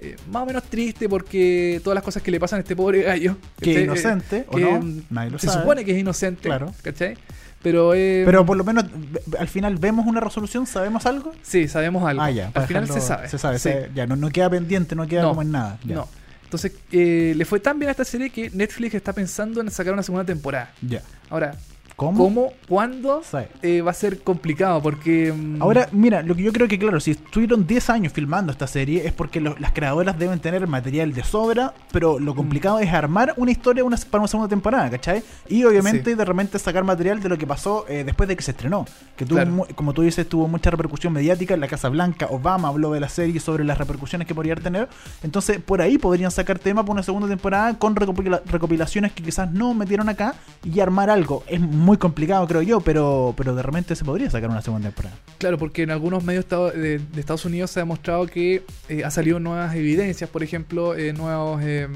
eh, más o menos triste porque todas las cosas que le pasan a este pobre gallo, que ¿cachai? inocente, que, ¿o no? mm, Nadie lo se sabe. supone que es inocente, Claro. ¿cachai? Pero, eh, Pero por lo menos ve- ve- al final vemos una resolución, sabemos algo. sí, sabemos algo. Ah, ya. Al para final dejarlo- se sabe. Se sabe, sí. se- ya no, no queda pendiente, no queda No, como en nada. Ya. No. Entonces, eh, le fue tan bien a esta serie que Netflix está pensando en sacar una segunda temporada. Ya. Ahora, ¿Cómo? ¿cómo? ¿Cuándo? Sí. Eh, va a ser complicado porque... mm, Ahora, mira, lo que yo creo que, claro, si estuvieron 10 años filmando esta serie es porque lo- las creadoras deben tener material de sobra, pero Mm. lo complicado es armar una historia una- para una segunda temporada, ¿cachai? Y obviamente de repente sacar material de lo que pasó eh, después de que se estrenó, que tuvo, Claro. mu- como tú dices, tuvo mucha repercusión mediática en la Casa Blanca, Obama habló de la serie sobre las repercusiones que podría tener, entonces por ahí podrían sacar tema para una segunda temporada con recopila- recopilaciones que quizás no metieron acá y armar algo. Es muy complicado, creo yo, pero, pero de repente se podría sacar una segunda temporada. Claro, porque en algunos medios estado- de, de Estados Unidos se ha demostrado que eh, ha salido nuevas evidencias, por ejemplo, eh, nuevos eh,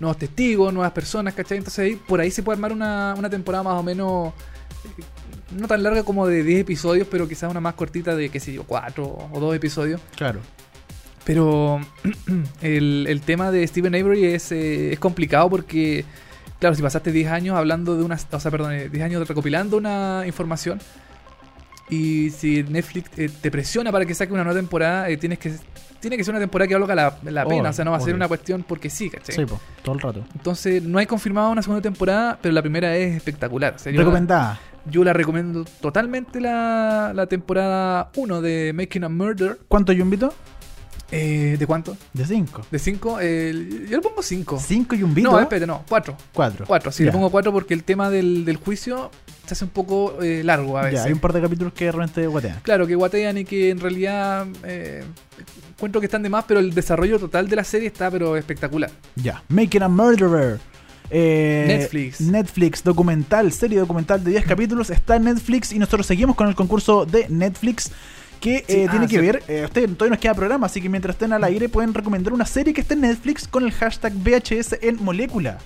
nuevos testigos, nuevas personas, ¿cachai? Entonces ahí, por ahí se puede armar una, una temporada más o menos, eh, no tan larga como de 10 episodios, pero quizás una más cortita de, qué sé yo, 4 o 2 episodios. Claro. Pero el, el tema de Steven Avery es, eh, es complicado porque, claro, si pasaste 10 años hablando de una. O sea, perdón, eh, 10 años recopilando una información. Y si Netflix eh, te presiona para que saque una nueva temporada, eh, tienes que. Tiene que ser una temporada que valga la, la pena. Obvio, o sea, no va a ser obvio. una cuestión porque sí, ¿cachai? Sí, po, todo el rato. Entonces, no hay confirmada una segunda temporada, pero la primera es espectacular. O sea, yo la- Recomendada. Yo la recomiendo totalmente la, la temporada 1 de Making a Murder. ¿Cuánto yumbito? Eh, ¿De cuánto? De 5. De 5, yo le pongo 5. 5 yumbito. No, espérate, no, 4. 4. 4, sí, Ya. le pongo 4 porque el tema del, del juicio se hace un poco eh, largo a Ya, veces. hay un par de capítulos que realmente guatean. Claro, que guatean y que en realidad eh, encuentro que están de más, pero el desarrollo total de la serie está pero espectacular. Ya. Making a Murderer. Eh, Netflix. Mm. Netflix, documental, serie documental de 10 capítulos, está en Netflix y nosotros seguimos con el concurso de Netflix que eh, ah, tiene que cierto. ver, eh, usted- todavía nos queda programa, así que mientras estén al aire pueden recomendar una serie que esté en Netflix con el hashtag VHS en molécula.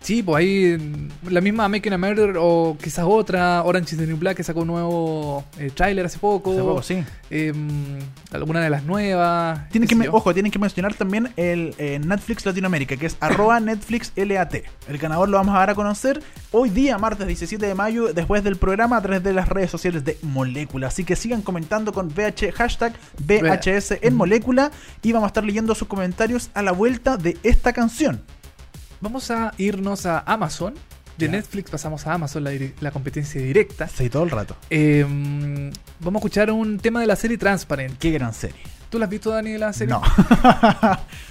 Sí, pues ahí mm, la misma Making a Murder o quizás otra, Orange is the New Black que sacó un nuevo eh, tráiler hace poco. Hace poco, sí. Eh, mm, alguna de las nuevas. Tienen qué que, me- sé yo. ojo, tienen que mencionar también el eh, Netflix Latinoamérica, que es arroba Netflix LAT. El ganador lo vamos a dar a conocer hoy día, martes 17 de mayo, después del programa, a través de las redes sociales de Molécula. Así que sigan comentando con VH, hashtag VHS en Molécula y vamos a estar leyendo sus comentarios a la vuelta de esta canción. Vamos a irnos a Amazon. De Ya. Netflix pasamos a Amazon, la, dire- la competencia directa. Sí, todo el rato. Eh, vamos a escuchar un tema de la serie Transparent. Qué gran serie. ¿Tú la has visto, Dani, de la serie? No.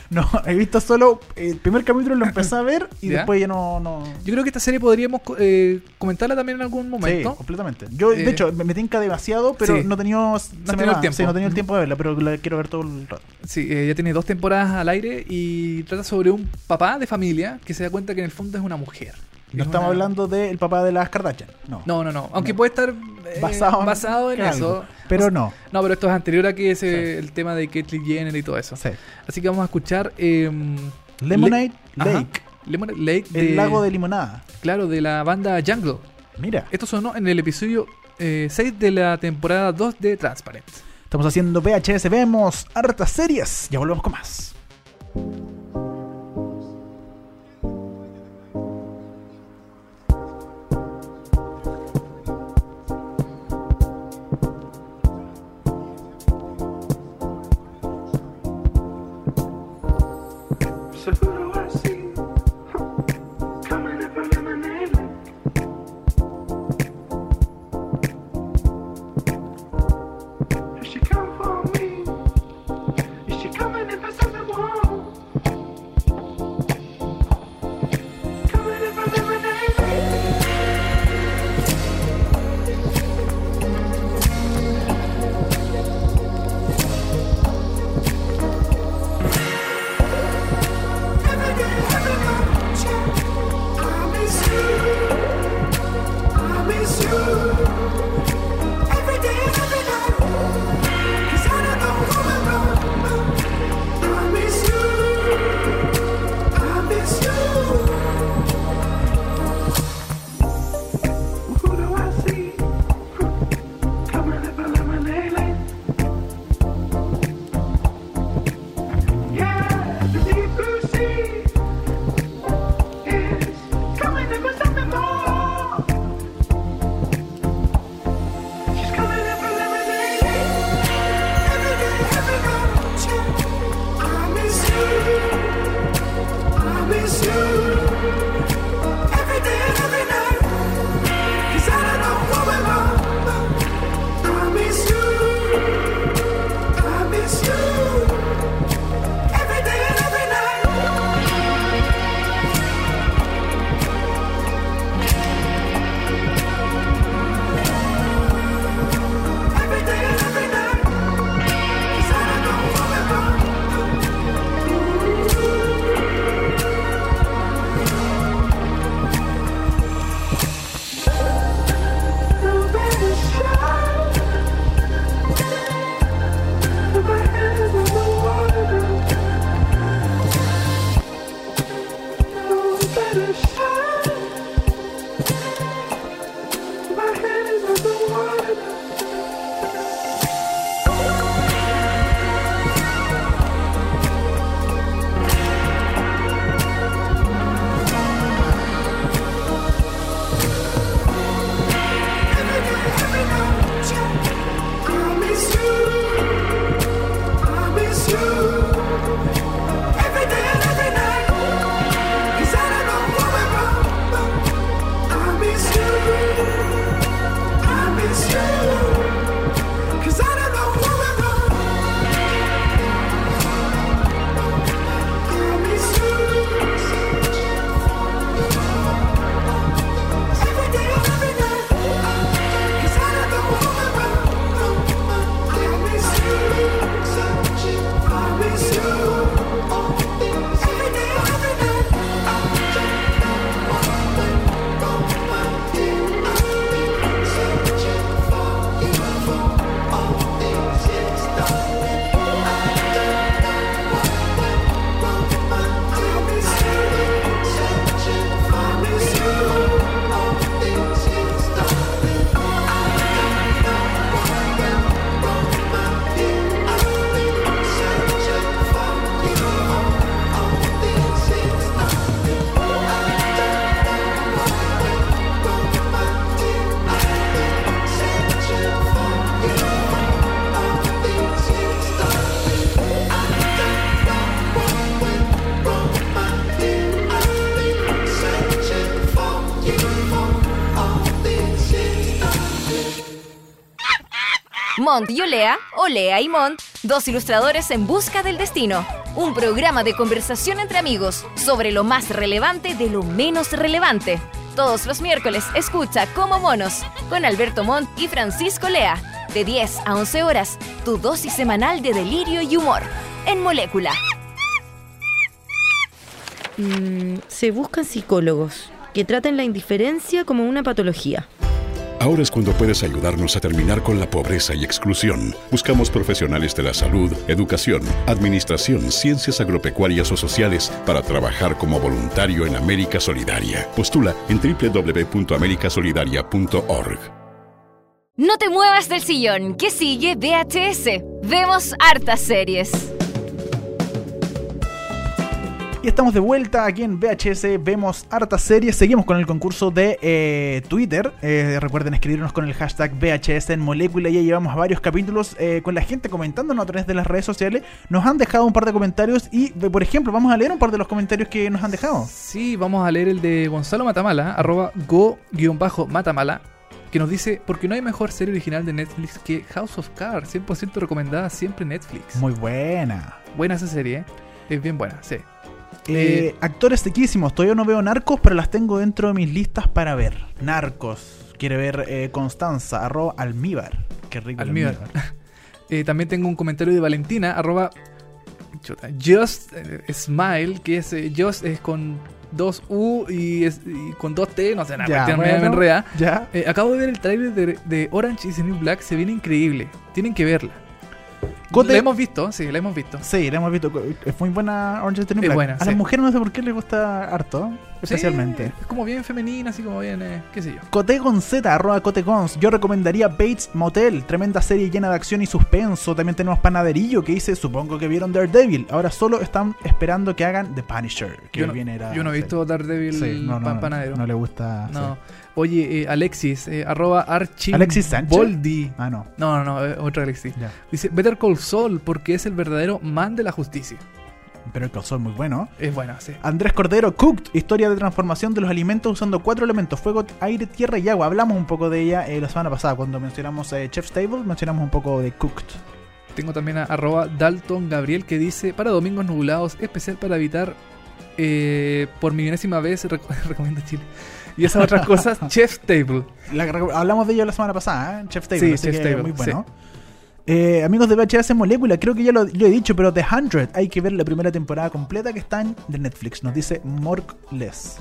no, he visto solo eh, el primer capítulo, lo empecé a ver y ¿Ya? después ya no- no, Yo creo que esta serie podríamos co- eh, comentarla también en algún Sí, momento. completamente. Yo, Eh, de hecho, me, me tinca demasiado, pero sí. no he tenido, tenido el tiempo. Sí, no he tenido el Ujú. tiempo de verla, pero la quiero ver todo el rato. Sí, eh, ya tiene dos temporadas al aire y trata sobre un papá de familia que se da cuenta que en el fondo es una mujer. No Es estamos una- hablando del papá de las Kardashian, no. No, no, no. Aunque puede estar eh, basado, Basado en, en algo, eso. Pero O sea, no. No, pero esto es anterior a que ese, el tema de Caitlyn Jenner y todo eso. Sí. Así que vamos a escuchar eh, Lemonade Le- Ajá. Lake, Lemonade Lake el lago de limonada. Claro, de la banda Jungle. Mira, Esto sonó en el episodio eh, 6 de la temporada 2 de Transparent. estamos haciendo VHS, vemos hartas series. Ya volvemos con más. So who do I see? Coming up under my name. Is she coming for me? Is she coming if I said the wrong? Mont y Olea, Olea y Mont, dos ilustradores en busca del destino. Un programa de conversación entre amigos sobre lo más relevante de lo menos relevante. Todos los miércoles escucha Como Monos con Alberto Mont y Francisco Lea. De 10 a 11 horas, tu dosis semanal de delirio y humor. En Molécula. Mm, se buscan psicólogos que traten la indiferencia como una patología. Ahora es cuando puedes ayudarnos a terminar con la pobreza y exclusión. Buscamos profesionales de la salud, educación, administración, ciencias agropecuarias o sociales para trabajar como voluntario en América Solidaria. Postula en www.americasolidaria.org. No te muevas del sillón, que sigue VHS. Vemos hartas series. Y estamos de vuelta aquí en VHS, vemos hartas series, seguimos con el concurso de eh, Twitter, Eh, recuerden escribirnos con el hashtag VHS en molécula, ya llevamos varios capítulos eh, con la gente comentándonos a través de las redes sociales, nos han dejado un par de comentarios y eh, por ejemplo vamos a leer un par de los comentarios que nos han dejado. Sí, vamos a leer el de Gonzalo Matamala, arroba go-matamala, que nos dice, porque no hay mejor serie original de Netflix que House of Cards, 100% recomendada siempre en Netflix. Muy buena. buena esa serie, ¿eh? es bien buena, sí. Eh, Eh, actores sequísimos, todavía no veo narcos, pero las tengo dentro de mis listas para ver. Narcos, quiere ver eh, Constanza, arroba almíbar. Qué rico. el Almíbar. Eh, también tengo un comentario de Valentina, arroba chuta, Just eh, Smile, que es eh, Just es con dos U y, es- y con dos T, no sé nada, Ya, cuestión media bueno. enredada. Ya. Eh, acabo de ver el trailer de, de Orange is the New Black, se viene increíble. Tienen que verla. Cote- La hemos visto, sí, la hemos visto. Sí, la hemos visto. Es muy buena Orange is the New Es Black. buena, a sí. las mujeres no sé por qué les gusta harto, ¿eh? Sí, especialmente. es como bien femenina, así como bien, eh, qué sé yo. Cote Gonzeta, arroba Cote Gonz. Yo recomendaría Bates Motel, tremenda serie llena de acción y suspenso. También tenemos Panaderillo, que dice, supongo que vieron Daredevil. Ahora solo están esperando que hagan The Punisher, que yo no, viene era- yo no he sí. visto Daredevil Sí, no, no, pan no, panadero. No le gusta. No. sí. Oye, eh, Alexis, eh, arroba Archie Alexis Sánchez. Boldi. Ah, no. No, no, no, eh, otra Alexis. Ya. Dice Better Call Saul porque es el verdadero man de la justicia. Pero el calzón es muy bueno. Es buena, sí. Andrés Cordero, Cooked, historia de transformación de los alimentos usando cuatro elementos, fuego, aire, tierra y agua. Hablamos un poco de ella eh, la semana pasada cuando mencionamos eh, Chef's Table, mencionamos un poco de Cooked. Tengo también a arroba Dalton Gabriel que dice para domingos nublados, especial para evitar eh, por millonésima vez rec- recomiendo Chile. Y esas otras cosas, Chef's Table. La- hablamos de ella la semana pasada, ¿eh? Chef's Table, Sí, así Chef's que Table, muy bueno. Eh, amigos de VHS Molécula, creo que ya lo, lo he dicho, pero The 100, hay que ver la primera temporada completa que está en de Netflix, nos dice Morkless.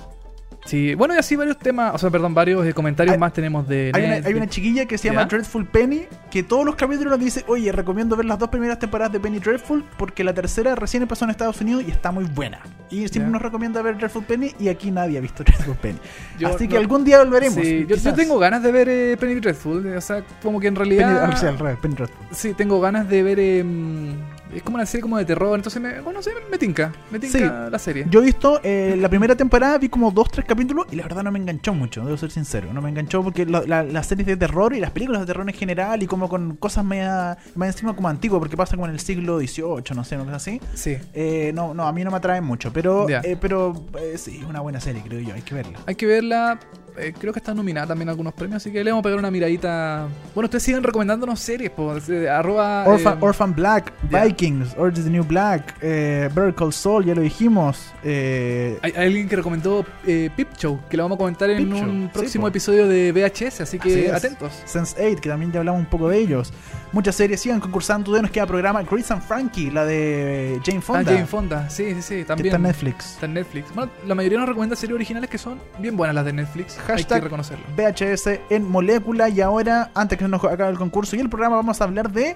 Sí, bueno, y así varios temas, o sea, perdón, varios eh, comentarios Hay- más tenemos de Hay una, Netflix. hay una chiquilla que se llama ¿Ya? Dreadful Penny que todos los capítulos nos dice, oye, recomiendo ver las dos primeras temporadas de Penny Dreadful porque la tercera recién empezó en Estados Unidos y está muy buena. Y siempre ¿Ya? nos recomienda ver Dreadful Penny y aquí nadie ha visto Dreadful Penny. Yo Así que no- algún día volveremos. Sí, yo, yo quizás. tengo ganas de ver eh, Penny Dreadful, eh, o sea, como que en Penny, ah, realidad... o sea, al revés, Penny Dreadful. Sí, tengo ganas de ver. eh, mm, es como una serie como de terror, entonces me, bueno, no sé, me tinca. Me tinca Sí. la serie. Yo he visto eh, la primera temporada, vi como dos, tres capítulos y la verdad no me enganchó mucho, debo ser sincero. No me enganchó porque la- la- las series de terror y las películas de terror en general y como con cosas media- más encima como antiguas porque pasa como en el siglo XVIII, no sé, no así. Sí. Eh, no, no, a mí no me atrae mucho, pero, Ya. eh, pero eh, sí, es una buena serie, creo yo, hay que verla. Hay que verla. eh, creo que está nominada también a algunos premios, así que le vamos a pegar una miradita. Bueno, ustedes siguen recomendándonos series, pues. eh, arroba. Orphan, eh, Orphan Black, ya. Vikings, Orange is the New Black, eh, Better Call Saul, ya lo dijimos. eh, hay, hay alguien que recomendó eh, Pip Show, que la vamos a comentar en Peep Show, un sí, próximo po. episodio de VHS, así Así que es. atentos. Sense8, que también ya hablamos un poco de ellos. Muchas series sigan concursando. Todavía nos queda programa Chris and Frankie, la de eh, Jane Fonda, Está Ah, Jane Fonda, sí, sí, sí, que también. está en Netflix. Está en Netflix. Bueno, la mayoría nos recomienda series originales que son bien buenas las de Netflix. Hay Hashtag que reconocerlo. VHS en molécula. Y ahora, antes que se nos acabe el concurso y el programa, vamos a hablar de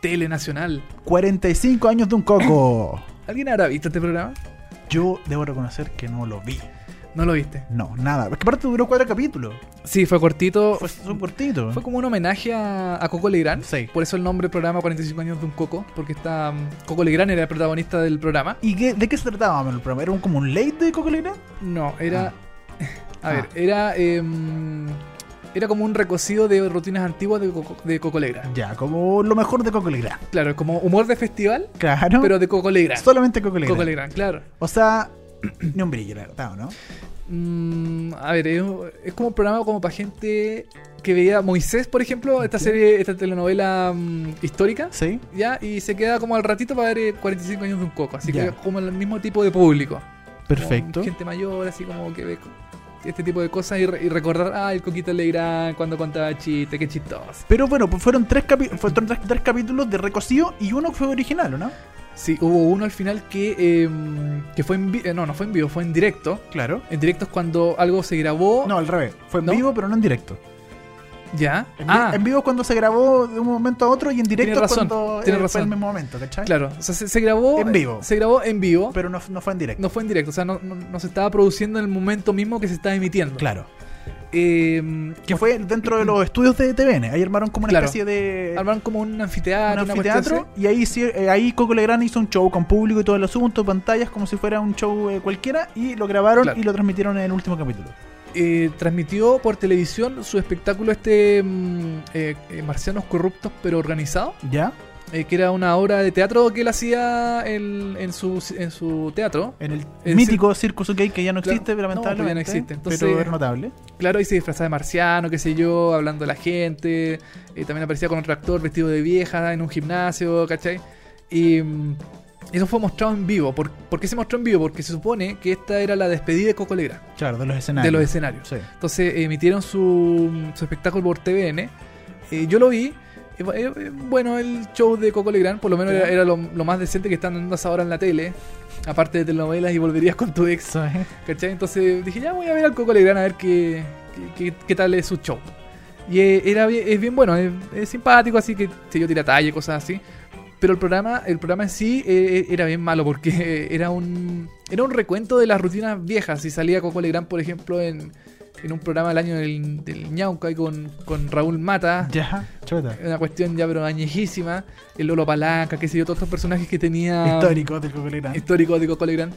Telenacional. 45 años de un coco. ¿Alguien habrá visto este programa? Yo debo reconocer que no lo vi. No lo viste. No, nada. Es que aparte duró cuatro capítulos. Sí, fue cortito. Fue Fue, súper cortito. como un homenaje a, a Coco Legrand. ¿Ah? Sí. Por eso el nombre del programa 45 años de un Coco. Porque está. mm, Coco Legrand era el protagonista del programa. ¿Y qué- de qué se trataba Manuel, el programa? ¿Era un- como un late de Coco Legrand? No, era. Ah. A ver, era. em, era como un recocido de rutinas antiguas de Coco, de Coco Legrand. Ya, como lo mejor de Coco Legrand. Claro, como humor de festival, Claro. pero de Coco Legrand. solamente Coco Legrand. Coco Legrand, claro. O sea, ni un brillo, la verdad, ¿o ¿no? Mm, a ver, es, es como un programa como para gente que veía Moisés, por ejemplo, esta serie, esta telenovela mm, histórica. Sí. Ya, y se queda como al ratito para ver eh, 45 años de un coco. Así Ya. que como el mismo tipo de público. Perfecto. Como gente mayor, así como que ve co- este tipo de cosas y, re- y recordar, ah, el Coquito Legrand cuando contaba chiste, qué chistoso. Pero bueno, pues fueron tres, capi- fueron tres, tres capítulos de recocido y uno fue original, ¿o no? Sí, hubo uno al final que, eh, que fue en vi- eh, no, no fue en vivo, fue en directo. Claro. En directo es cuando algo se grabó. No, al revés. Fue en ¿No? vivo, pero no en directo. Ya. En, vi- ah, en vivo es cuando se grabó de un momento a otro y en directo Tienes es razón, cuando eh, tienes fue razón. el mismo momento, ¿cachai? claro. O sea, se, se grabó. En vivo. Se grabó en vivo. Pero no, no fue en directo. no fue en directo, o sea, no, no- no se estaba produciendo en el momento mismo que se estaba emitiendo. Claro. Eh, Que fue dentro de los estudios de TVN. Ahí armaron como una Claro. especie de. armaron como un un anfiteatro, una anfiteatro cuestión y ahí sí, eh, ahí Coco Legrand hizo un show con público y todo el asunto, pantallas como si fuera un show eh, cualquiera y lo grabaron Claro. y lo transmitieron en el último capítulo. así. Eh, transmitió por televisión su espectáculo este mm, eh, eh, Marcianos Corruptos pero Organizado, ¿Ya? eh, que era una obra de teatro que él hacía en, en su, en su teatro. En el El mítico Circus OK que ya no Claro. existe, No, pues lamentablemente. ya no existe. Entonces- pero era notable. Claro, y se disfrazaba de marciano, qué sé yo, hablando a la gente. eh, también aparecía con otro actor vestido de vieja en un gimnasio, ¿cachai? Y mm, eso fue mostrado en vivo. ¿Por, por qué se mostró en vivo? Porque se supone que esta era la despedida de Coco Legrand, Claro, de los escenarios. de los escenarios. Sí. Entonces eh, emitieron su, mm, su espectáculo por TVN. Eh, yo lo vi. Eh, bu- eh, eh, Bueno, el show de Coco Legrand, por lo menos Ya. era, era lo, lo más decente que están dando ahora en la tele. Aparte de telenovelas y volverías con tu ex. Sí. ¿Cachai? Entonces dije, ya voy a ver al Coco Legrand a ver qué, qué, qué- qué tal es su show. Y eh, era bien- es bien bueno, es, es simpático, así que se yo tira talla y cosas así. Pero el programa, el programa en sí eh, era bien malo porque eh, era un era un recuento de las rutinas viejas. Y salía Coco Legrand, por ejemplo, en, en un programa del año del, del Ñauca y con, con Raúl Mata. Ya, chuta. Una cuestión ya pero añejísima. El Lolo Palanca, qué sé yo, todos estos personajes que tenía mm, Histórico del Coco Legrand. histórico de Coco Legrand.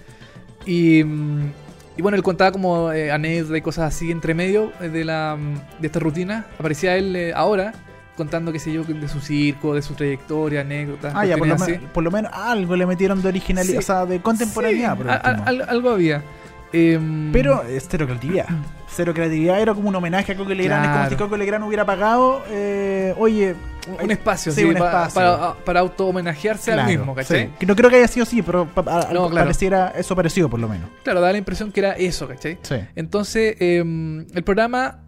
Y, mm, y bueno, él contaba como eh, anécdotas y cosas así entre medio eh, de, la, mm, de esta rutina. Aparecía él eh, ahora contando, qué sé yo, de su circo, de su trayectoria, anécdotas. Ah, ya, por lo, cuestiones men- así. por lo menos algo le metieron de originalidad, Sí. o sea, de contemporaneidad. Sí, por al- último. al- algo había. Em, Pero es cero creatividad. Cero creatividad era como un homenaje a Coco Legrand. Es como Claro. si Coco Legrand hubiera pagado, eh, oye, un espacio, sí, sí, un pa- espacio. para, para auto homenajearse claro, al mismo, ¿cachai? sí. Que no creo que haya sido así, pero pa- a- No, a- claro. pareciera, eso pareció por lo menos. Claro, da la impresión que era eso, ¿cachai? Sí. Entonces, eh, el programa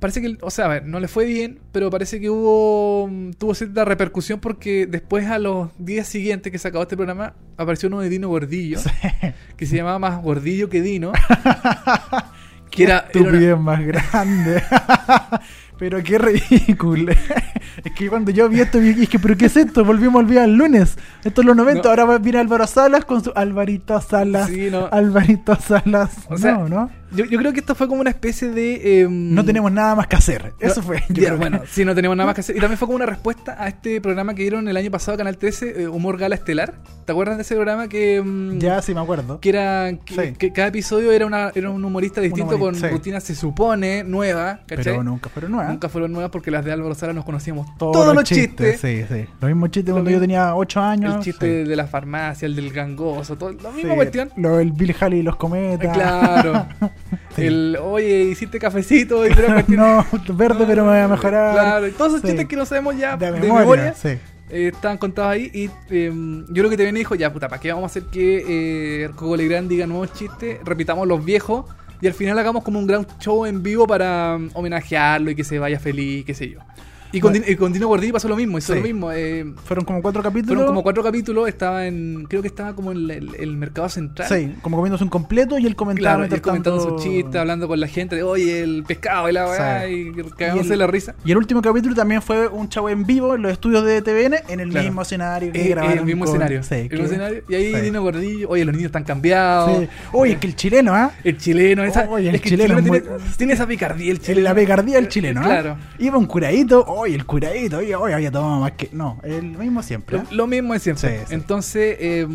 parece que, o sea, a ver, no le fue bien, pero parece que hubo mm, tuvo cierta repercusión porque después a los días siguientes que se acabó este programa apareció uno de Dino Gordillo, que se llamaba más Gordillo que Dino. que era, era una- Estupidez más grande. pero qué ridículo. es que cuando yo vi esto, vi- es que, pero ¿qué es esto? Volvimos al día al lunes. Esto es los 90. No. Ahora va- viene Álvaro Salas con su Alvarito Salas. Sí, no. Alvarito Salas. O sea, no, ¿no? yo, yo creo que esto fue como una especie de... eh, No tenemos nada más que hacer. Eso fue. yo Ya, creo que- bueno, sí, no tenemos nada más que hacer. Y también fue como una respuesta a este programa que dieron el año pasado Canal 13, eh, Humor Gala Estelar. ¿Te acuerdas de ese programa que... mm, Ya, sí, me acuerdo. que era que, Sí. que cada episodio era una era un humorista distinto humorista, con sí. rutinas se supone nueva ¿cachai? Pero nunca fueron nuevas. nunca fueron nuevas porque las de Álvaro Sala nos conocíamos Todos, los chistes. Sí, sí. Los mismos chistes Lo cuando mismo- yo tenía 8 años. el chiste de la farmacia el del gangoso todo la sí. misma cuestión Sí, Lo del Bill Haley y los cometas. claro Sí. el oye hiciste cafecito y pero cuestión- no, verde, pero me voy a mejorar. claro y todos esos Sí. chistes que no sabemos ya De de, memoria. memoria Sí. eh, estaban contados ahí y eh, yo creo que te viene dijo, ya puta, ¿para qué vamos a hacer que eh, Coco Legrand diga nuevos chistes? Repitamos los viejos y al final hagamos como un gran show en vivo para mm, homenajearlo y que se vaya feliz, qué sé yo. Y con, Bueno. Din- y con Dino Gordillo pasó lo mismo, hizo Sí. lo mismo. eh, Fueron como cuatro capítulos. fueron como cuatro capítulos, estaba en, creo que estaba como en el, el mercado central. Sí, como comiéndose un completo y él comentaba. Claro, y él mientras comentando tanto- sus chistes, hablando con la gente de, oye, el pescado y la weá, Sí. y Y cagándose el- la risa. Y el último capítulo también fue un chavo en vivo en los estudios de TVN en el Claro. mismo escenario que Eh, eh, grabaron el mismo con- escenario. Sí, el que- mismo escenario. Y ahí sí. Dino Gordillo, oye, los niños están cambiados. Sí. Oye, que el chileno, ¿ah? El chileno, esa, Oye, el es que chileno es tiene, muy- tiene esa picardía, el chileno. En la picardía del chileno, ¿eh? Claro. Iba un curadito, hoy el curadito, hoy había tomado más que. No, el mismo siempre. Lo, ¿eh? lo mismo es siempre. Sí, sí. Entonces, eh,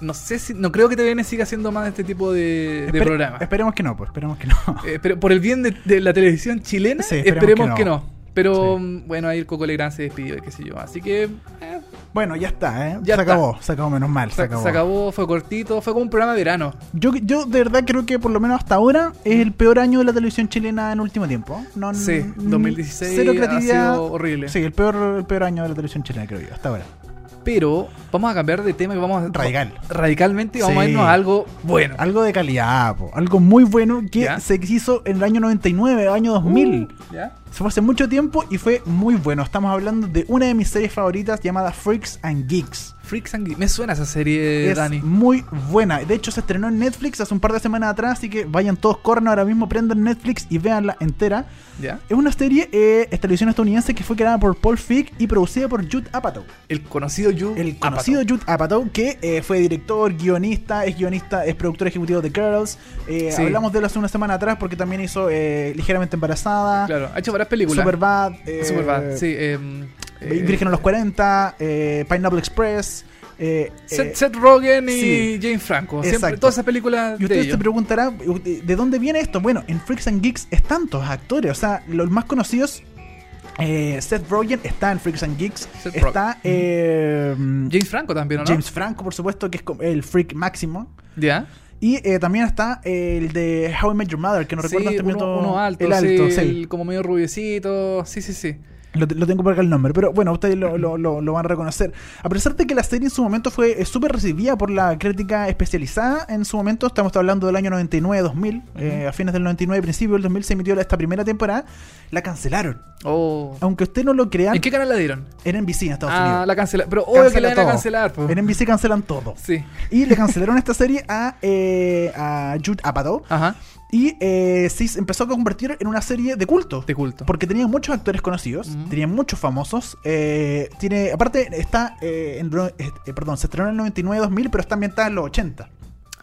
no sé si. No creo que TVN siga haciendo más de este tipo de, de Espere- programas. Esperemos que no, pues, esperemos que no. Eh, pero por el bien de, de la televisión chilena, Sí, esperemos esperemos, que que no. no. Pero em, Sí. mm, bueno, ahí el Coco Legrand se despidió y qué sé yo. Así que. eh, Bueno, ya está, ¿eh? Ya se está. acabó, se acabó, menos mal, se, Se, acabó. se acabó, fue cortito, fue como un programa de verano. Yo, yo de verdad creo que por lo menos hasta ahora es el peor año de la televisión chilena en último tiempo. No, Sí, n- 2016 Cero ha creatividad. sido horrible. Sí, el peor, el peor año de la televisión chilena, creo yo, hasta ahora. Pero vamos a cambiar de tema y vamos a, Radical. radicalmente y vamos Sí. a irnos a algo bueno. Algo de calidad, po, algo muy bueno que Ya. Uh, se hizo en el año 99, año 2000. ¿Ya? Se fue hace mucho tiempo y fue muy bueno. Estamos hablando de una de mis series favoritas llamada Freaks and Geeks. Freaks and Geeks. Me suena esa serie, es Eh, Dani. muy buena. De hecho, se estrenó en Netflix hace un par de semanas atrás, así que vayan todos, corren ahora mismo, prendan Netflix y véanla entera. ¿Ya? Es una serie eh, es televisión estadounidense que fue creada por Paul Feig y producida por Judd Apatow. El conocido You. El conocido Judd Apatow, que eh, fue director, guionista, es guionista, es productor ejecutivo de Girls. Eh, Sí. Hablamos de él hace una semana atrás porque también hizo eh, Ligeramente Embarazada, Claro, ha hecho varias películas. Superbad, eh, Superbad, sí. em, eh, Virgen a los 40, eh, Pineapple Express. eh, eh, Seth, Seth Rogen y sí. Jane Franco. Siempre- Exacto. todas esas películas Y de ustedes ellos. se preguntarán, ¿de dónde viene esto? Bueno, en Freaks and Geeks es tantos actores, o sea, los más conocidos. eh, Seth Rogen está en Freaks and Geeks. Seth está eh, James Franco también, ¿o ¿no? James Franco, por supuesto, que es como el freak máximo. ¿Ya? Y eh, también está el de How I Met Your Mother, que no recuerdo sí, este uno, minuto. uno alto, el alto, sí, sí. el como medio rubiecito. Sí, sí, sí. Lo, lo tengo por acá el nombre, pero bueno, ustedes lo, lo- lo- lo van a reconocer. A pesar de que la serie en su momento fue eh, súper recibida por la crítica especializada, en su momento, estamos hablando del año 99-2000, eh, a fines del 99, principio del 2000 se emitió la- esta primera temporada, la cancelaron. Oh. Aunque usted no lo crea, ¿En qué canal la dieron? en NBC en Estados Ah, Unidos. la cancelaron. Pero obvio que la Cancelan iban a todo. cancelar. po. En NBC cancelan todo. Sí. Y le cancelaron esta serie a, eh, a Jude Apatow. Ajá. Y eh, sí, se empezó a convertir en una serie de culto. De culto. Porque tenía muchos actores conocidos, Ujú. tenía muchos famosos. eh, tiene, aparte, está. eh, en ro- eh, eh, perdón, se estrenó en el 99-2000, pero está ambientada en los 80.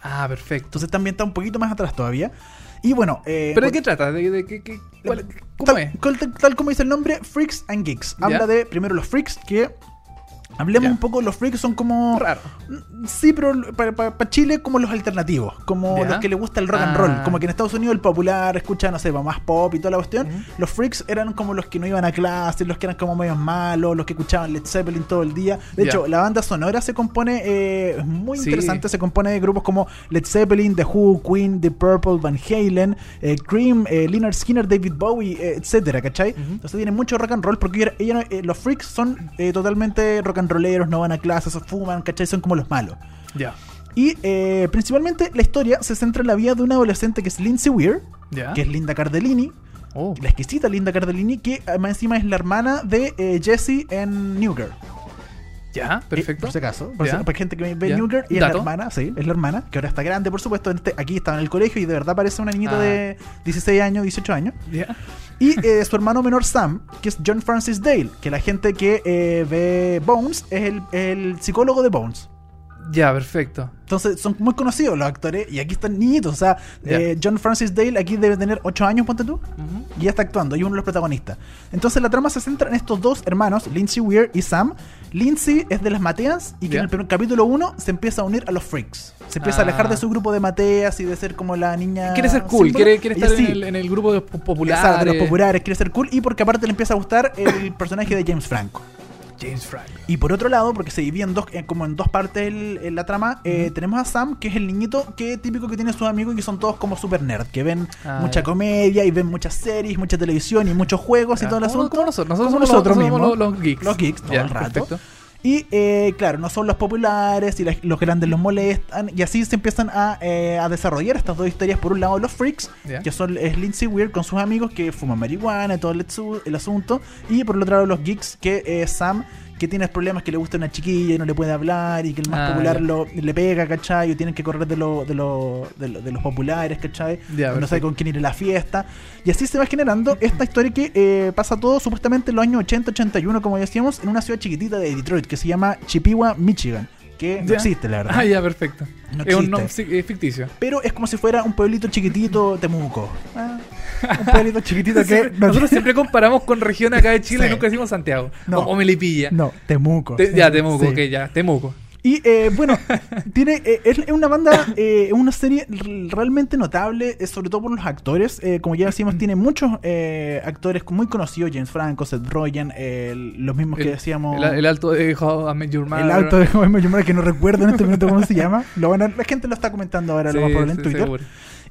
Ah, perfecto. Entonces está ambientada un poquito más atrás todavía. Y bueno. eh, ¿Pero bueno, de qué trata? ¿De, de qué- qué- cuál- ¿Cómo es? tal, tal- tal como dice el nombre, Freaks and Geeks. Habla Ya. de primero los freaks, que. Hablemos Ya. un poco, los freaks son como. Raro. Sí, pero para, para- para Chile como los alternativos, como Ya. los que les gusta el rock and Ah. roll, como que en Estados Unidos el popular escucha, no sé, más pop y toda la cuestión. Ujú. Los freaks eran como los que no iban a clase, los que eran como medios malos, los que escuchaban Led Zeppelin todo el día. De Ya. hecho, la banda sonora se compone, eh, es muy Sí. interesante, se compone de grupos como Led Zeppelin, The Who, Queen, The Purple, Van Halen, eh, Cream, eh, Leonard Skinner, David Bowie, eh, etcétera, ¿cachai? Entonces tienen mucho rock and roll porque ella- ella no- eh, los freaks son eh, totalmente rock and rolleros, no van a clases, fuman, ¿cachai? Son como los malos. Ya. Y eh, principalmente la historia se centra en la vida de una adolescente que es Lindsay Weir, Ya. que es Linda Cardellini, Oh. la exquisita Linda Cardellini, que además encima es la hermana de eh, Jessie en New Girl. Ya, Eh, perfecto. por si acaso. Por Ya. si- para gente que ve Ya. New Girl y es la Dato. hermana, sí, es la hermana, que ahora está grande, por supuesto. en este- aquí estaba en el colegio y de verdad parece una niñita Ah. de 16 años, 18 años. Ya. Y eh, su hermano menor Sam, que es John Francis Dale, que la gente que eh, ve Bones es el, el psicólogo de Bones. Ya, perfecto. Entonces son muy conocidos los actores y aquí están niñitos. O sea, Ya. eh, John Francis Dale aquí debe tener 8 años, ponte tú, Ujú. y ya está actuando, y es uno de los protagonistas. Entonces la trama se centra en estos dos hermanos, Lindsay Weir y Sam. Lindsay es de las Mateas y que Ya. en el primer capítulo 1 se empieza a unir a los freaks. Se empieza a Ah. alejar de su grupo de Mateas y de ser como la niña. Quiere ser cool, símbolo. quiere, quiere Ella estar en, Ah, sí, el, en el grupo de los populares. exacto, de los populares, quiere ser cool y porque aparte le empieza a gustar el personaje de James Franco. James Franco. Y por otro lado, porque se divide en dos, eh, como en dos partes el- en la trama, eh, tenemos a Sam, que es el niñito que típico que tiene sus amigos y que son todos como super nerd, que ven Ah, mucha ya. comedia y ven muchas series, mucha televisión y muchos juegos y Ya. todo el Ah, Como- asunto. como nosotros, nosotros como somos los- nosotros somos mismos. los- los geeks. Los geeks todo Ya, el rato. perfecto. Y eh, claro, no son los populares y las- los grandes los molestan. Y así se empiezan a, eh, a desarrollar estas dos historias. Por un lado, los freaks, Ya. que son es Lindsay Weir con sus amigos que fuman marihuana y todo el, atsu- el asunto. Y por el otro lado, los geeks, que eh, Sam, que tiene problemas que le gusta una chiquilla y no le puede hablar. Y que el más Ah, popular ya. lo- le pega, ¿cachai? O tienen que correr de, lo- de, lo- de lo- de los populares, ¿cachai? Ya, no sabe perfecto. con quién ir a la fiesta. Y así se va generando esta historia que eh, pasa todo supuestamente en los años 80-81, como decíamos, en una ciudad chiquitita de Detroit que se llama Chippewa, Michigan. Que no Ya. existe, la verdad. Ah, ya, perfecto. No es existe. un nom- sí, es ficticio. Pero es como si fuera un pueblito chiquitito, Temuco. Ah, un pueblito chiquitito que. Siempre- nosotros siempre comparamos con regiones acá de Chile Sí. y nunca decimos Santiago. No. O, o Melipilla. No, Temuco. Te- ya, Sí. Temuco, ok, ya, Temuco. Y eh, bueno, tiene eh, es una banda, eh, una serie r- realmente notable, eh, sobre todo por los actores. Eh, como ya decíamos, tiene muchos eh, actores muy conocidos: James Franco, Seth Rogen, eh, los mismos que El- decíamos. El, el alto de How I Met Your Mother. El auto de Joven Mayumara, que no recuerdo en este momento cómo se llama. Lo van a- la gente lo está comentando ahora, lo Sí, más probable sí, en Twitter. seguro.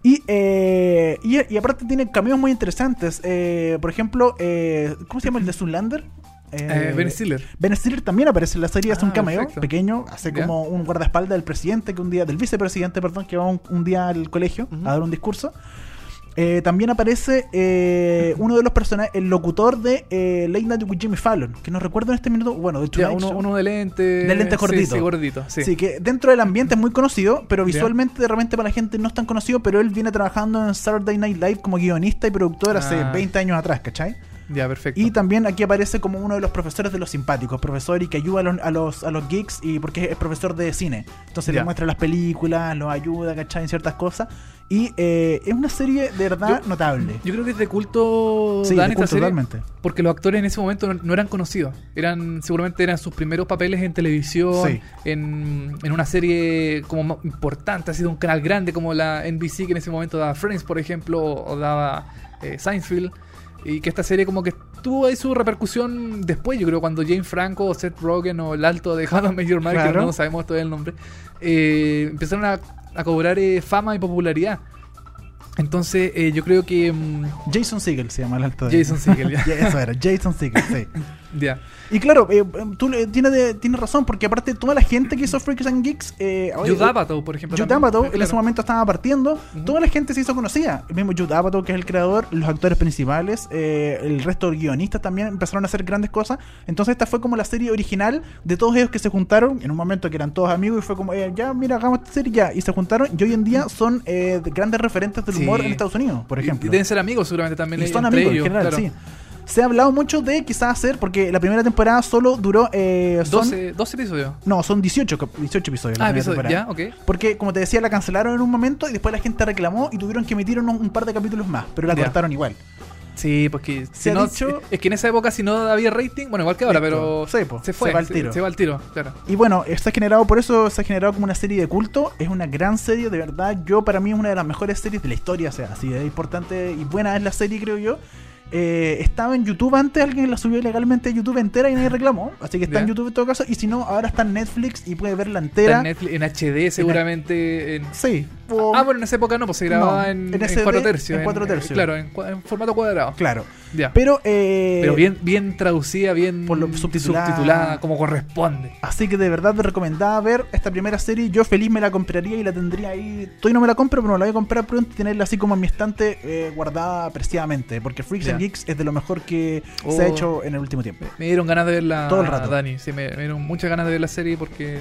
Y, eh, y, y aparte tiene cameos muy interesantes. Eh, por ejemplo, eh, ¿cómo se llama el de Zoolander? Eh, ben Stiller. Ben Stiller también aparece en la serie, hace un Ah, cameo perfecto. pequeño, hace Ya. como un guardaespaldas del presidente que un día, del vicepresidente, perdón, que va un, un día al colegio a dar un discurso. Eh, también aparece eh, uno de los personajes, el locutor de eh, Late Night with Jimmy Fallon, que no recuerdo en este minuto, bueno, de Ya, Tonight uno, Show. uno de lente. De lente Sí, gordito. sí, gordito. Sí. Sí. que dentro del ambiente es muy conocido, pero Ya. visualmente de repente para la gente no es tan conocido, pero él viene trabajando en Saturday Night Live como guionista y productor hace Ah. 20 años atrás, ¿cachai? Ya, perfecto. Y también aquí aparece como uno de los profesores de los simpáticos, profesor y que ayuda a los, a los, a los geeks y porque es profesor de cine. Entonces Ya. le muestra las películas, los ayuda, ¿cachai? En ciertas cosas. Y eh, es una serie de verdad Yo- notable. Yo creo que es de culto, Sí, Dan, de esta culto serie, totalmente. Porque los actores en ese momento no, no eran conocidos. Eran, seguramente eran sus primeros papeles en televisión, Sí. en, en una serie como ma- importante, ha sido un canal grande como la NBC que en ese momento daba Friends, por ejemplo, o daba eh, Seinfeld. Y que esta serie como que tuvo ahí su repercusión después, yo creo, cuando Jane Franco o Seth Rogen o el alto de Hannah Major Mark, Claro. no sabemos todavía el nombre, eh, empezaron a, a cobrar eh, fama y popularidad. Entonces, eh, yo creo que. mm, Jason Segel se llama el alto de Jason Segel, ya. Eso era, Jason Segel, sí. ya. Y claro, eh, tú le- tienes, de- tienes razón, porque aparte toda la gente que hizo Freaks and Geeks. Eh, oye, Jude Apatow, por ejemplo. Jude también. Apatow en Claro. ese momento estaba partiendo, toda la gente se hizo conocida. El mismo Jude Apatow, que es el creador, los actores principales, eh, el resto de guionistas también empezaron a hacer grandes cosas. Entonces, esta fue como la serie original de todos ellos que se juntaron en un momento que eran todos amigos y fue como, eh, ya, mira, hagamos esta serie ya. Y se juntaron y hoy en día son eh, de- grandes referentes del Sí. humor en Estados Unidos, por Y- ejemplo. Y deben ser amigos, seguramente también. Y eh, son entre amigos en ellos, general, claro. sí. Se ha hablado mucho de quizás hacer, porque la primera temporada solo duró. Eh, son- 12, 12 episodios. No, son 18, cap- 18 episodios. la Ah, primera episodios, temporada. ya, ok. Porque, como te decía, la cancelaron en un momento y después la gente reclamó y tuvieron que emitir unos- un par de capítulos más, pero la Ya. cortaron igual. Sí, porque. Se ha no, dicho- Es que en esa época, si no había rating, bueno, igual que ahora, Listo. pero. Sí, po, se fue. se va al tiro. Se va al tiro, claro. Y bueno, eh, se ha generado, por eso se ha generado como una serie de culto. Es una gran serie, de verdad. Yo, para mí, es una de las mejores series de la historia. O sea, así de importante y buena es la serie, creo yo. Eh, estaba en YouTube antes, alguien la subió ilegalmente a YouTube entera y nadie reclamó. Así que está en Ya. YouTube en todo caso. Y si no, ahora está en Netflix y puede verla Está entera. en, Netflix- en HD, seguramente. en- Sí. Oh, o- Ah, bueno, en esa época no, pues se grababa No, en, en en SD, 4 tercios. en cuatro tercios. Claro, en, cua- en formato cuadrado. Claro. Ya. Pero, Pero, eh, bien, bien traducida, bien por lo subtitulada. subtitulada, como corresponde. Así que de verdad me recomendaba ver esta primera serie. Yo feliz me la compraría y la tendría ahí. Todavía no me la compro, pero me la voy a comprar pronto y tenerla así como en mi estante eh, guardada apreciadamente. Porque Freaks and Ya. Geeks es de lo mejor que se ha Oh. hecho en el último tiempo. Me dieron ganas de verla. Todo el rato. Dani, sí, me, me dieron muchas ganas de ver la serie porque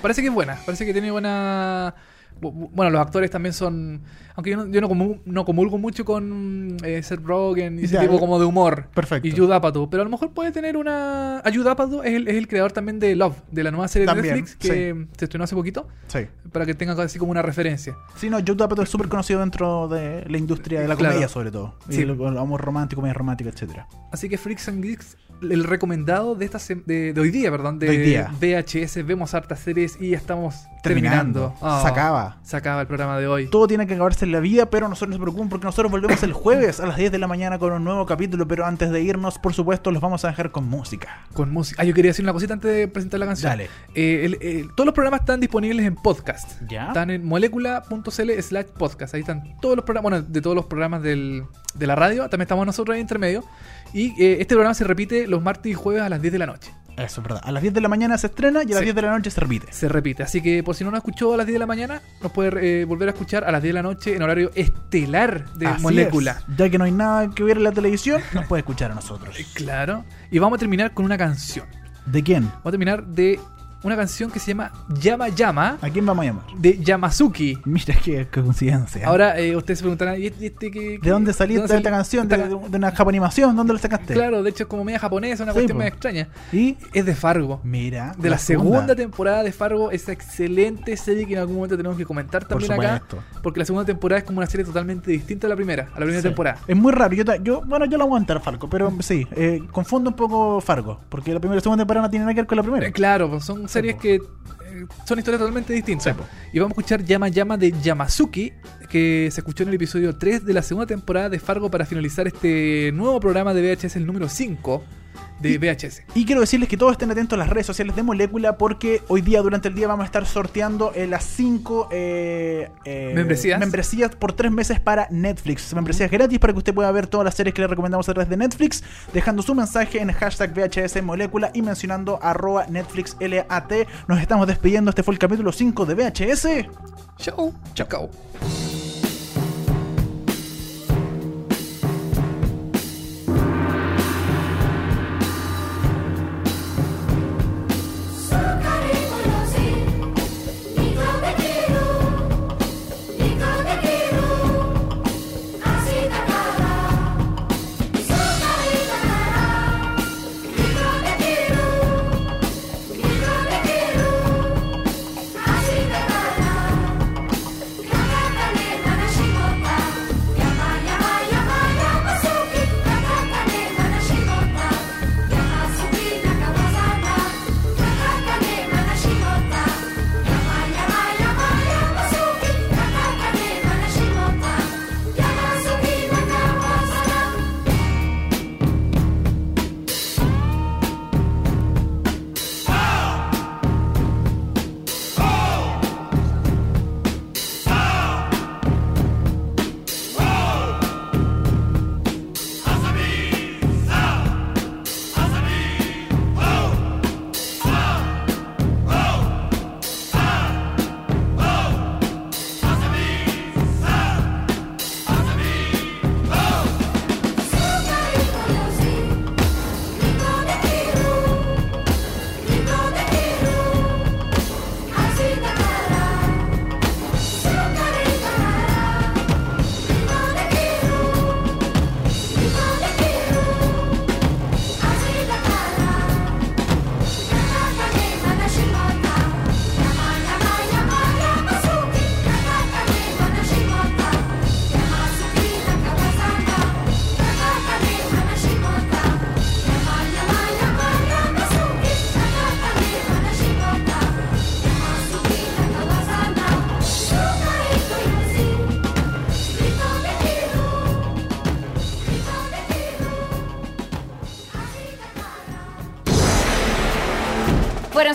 parece que es buena, parece que tiene buena... bu- bu- Bueno, los actores también son... Aunque yo no, yo no, comu- no comulgo mucho con eh, Seth Rogen y ese Ya, tipo eh. como de humor. Perfecto. Y Jude Apatow, pero a lo mejor puede tener una... Ah, Jude Apatow es el, es el creador también de Love, de la nueva serie También, de Netflix que se estrenó hace poquito, Sí. para que tenga así como una referencia. Sí, no, Jude Apatow es súper conocido dentro de la industria de la Claro. comedia, sobre todo. Y Sí. el el amor romántico, comedia romántica, etcétera. Así que Freaks and Geeks, el recomendado de esta sem- de, de hoy día, perdón, de, De hoy día. VHS, vemos hartas series y ya estamos Terminando. terminando. Ah, Se acaba. Se acaba el programa de hoy. Todo tiene que acabarse en la vida, pero nosotros no se preocupen porque nosotros volvemos el jueves a las 10 de la mañana con un nuevo capítulo. Pero antes de irnos, por supuesto, los vamos a dejar con música. Con música. Ah, yo quería decir una cosita antes de presentar la canción. Dale. Eh, el- el- todos los programas están disponibles en podcast. Ya. Están en molecula.cl slash podcast. Ahí están todos los programas, bueno, de todos los programas del, de la radio. También estamos nosotros ahí entre medio. Y eh, este programa se repite los martes y jueves a las 10 de la noche. Eso es verdad. A las 10 de la mañana se estrena y a las Sí. 10 de la noche se repite. Se repite. Así que por si no nos escuchó a las 10 de la mañana, nos puede eh, volver a escuchar a las 10 de la noche en horario estelar de Así molécula. es. Ya que no hay nada que ver en la televisión, nos puede escuchar a Eh, nosotros. Claro. Y vamos a terminar con una canción. ¿De quién? Vamos a terminar de una canción que se llama Llama Llama ¿A quién vamos a llamar? de Yamazuki. Mira qué coincidencia. Ahora eh, ustedes se preguntarán, ¿y este, este qué- qué- ¿De dónde saliste dónde esta salió? canción? Esta ¿De, ca- de- de una japonimación? ¿Dónde la sacaste? Claro, de hecho es como media japonesa, una Sí, cuestión po. medio extraña. Y Es de Fargo. mira. De la segunda temporada de Fargo, esa excelente serie que en algún momento tenemos que comentar Por también acá. supuesto. Porque la segunda temporada es como una serie totalmente distinta a la primera, a la primera Sí. temporada. Es muy raro. Yo, ta- yo- bueno, yo la voy a entrar, Fargo, pero sí, eh, confundo un poco Fargo, porque la primera y segunda temporada no tiene nada que ver con la primera. Eh, Claro, pues, son series po. que eh, son historias totalmente distintas. Y vamos a escuchar Llama Llama de Yamazuki, que se escuchó en el episodio 3 de la segunda temporada de Fargo para finalizar este nuevo programa de VHS, el número 5 de VHS. Y quiero decirles que todos estén atentos a las redes sociales de Molécula porque hoy día, durante el día, vamos a estar sorteando eh, las 5 Membresías. por 3 meses para Netflix. Membresías gratis para que usted pueda ver todas las series que le recomendamos a través de Netflix, dejando su mensaje en hashtag VHS Molécula y mencionando arroba Netflix LAT. Nos estamos despidiendo. Este fue el capítulo 5 de VHS. Chau, chau. Fueron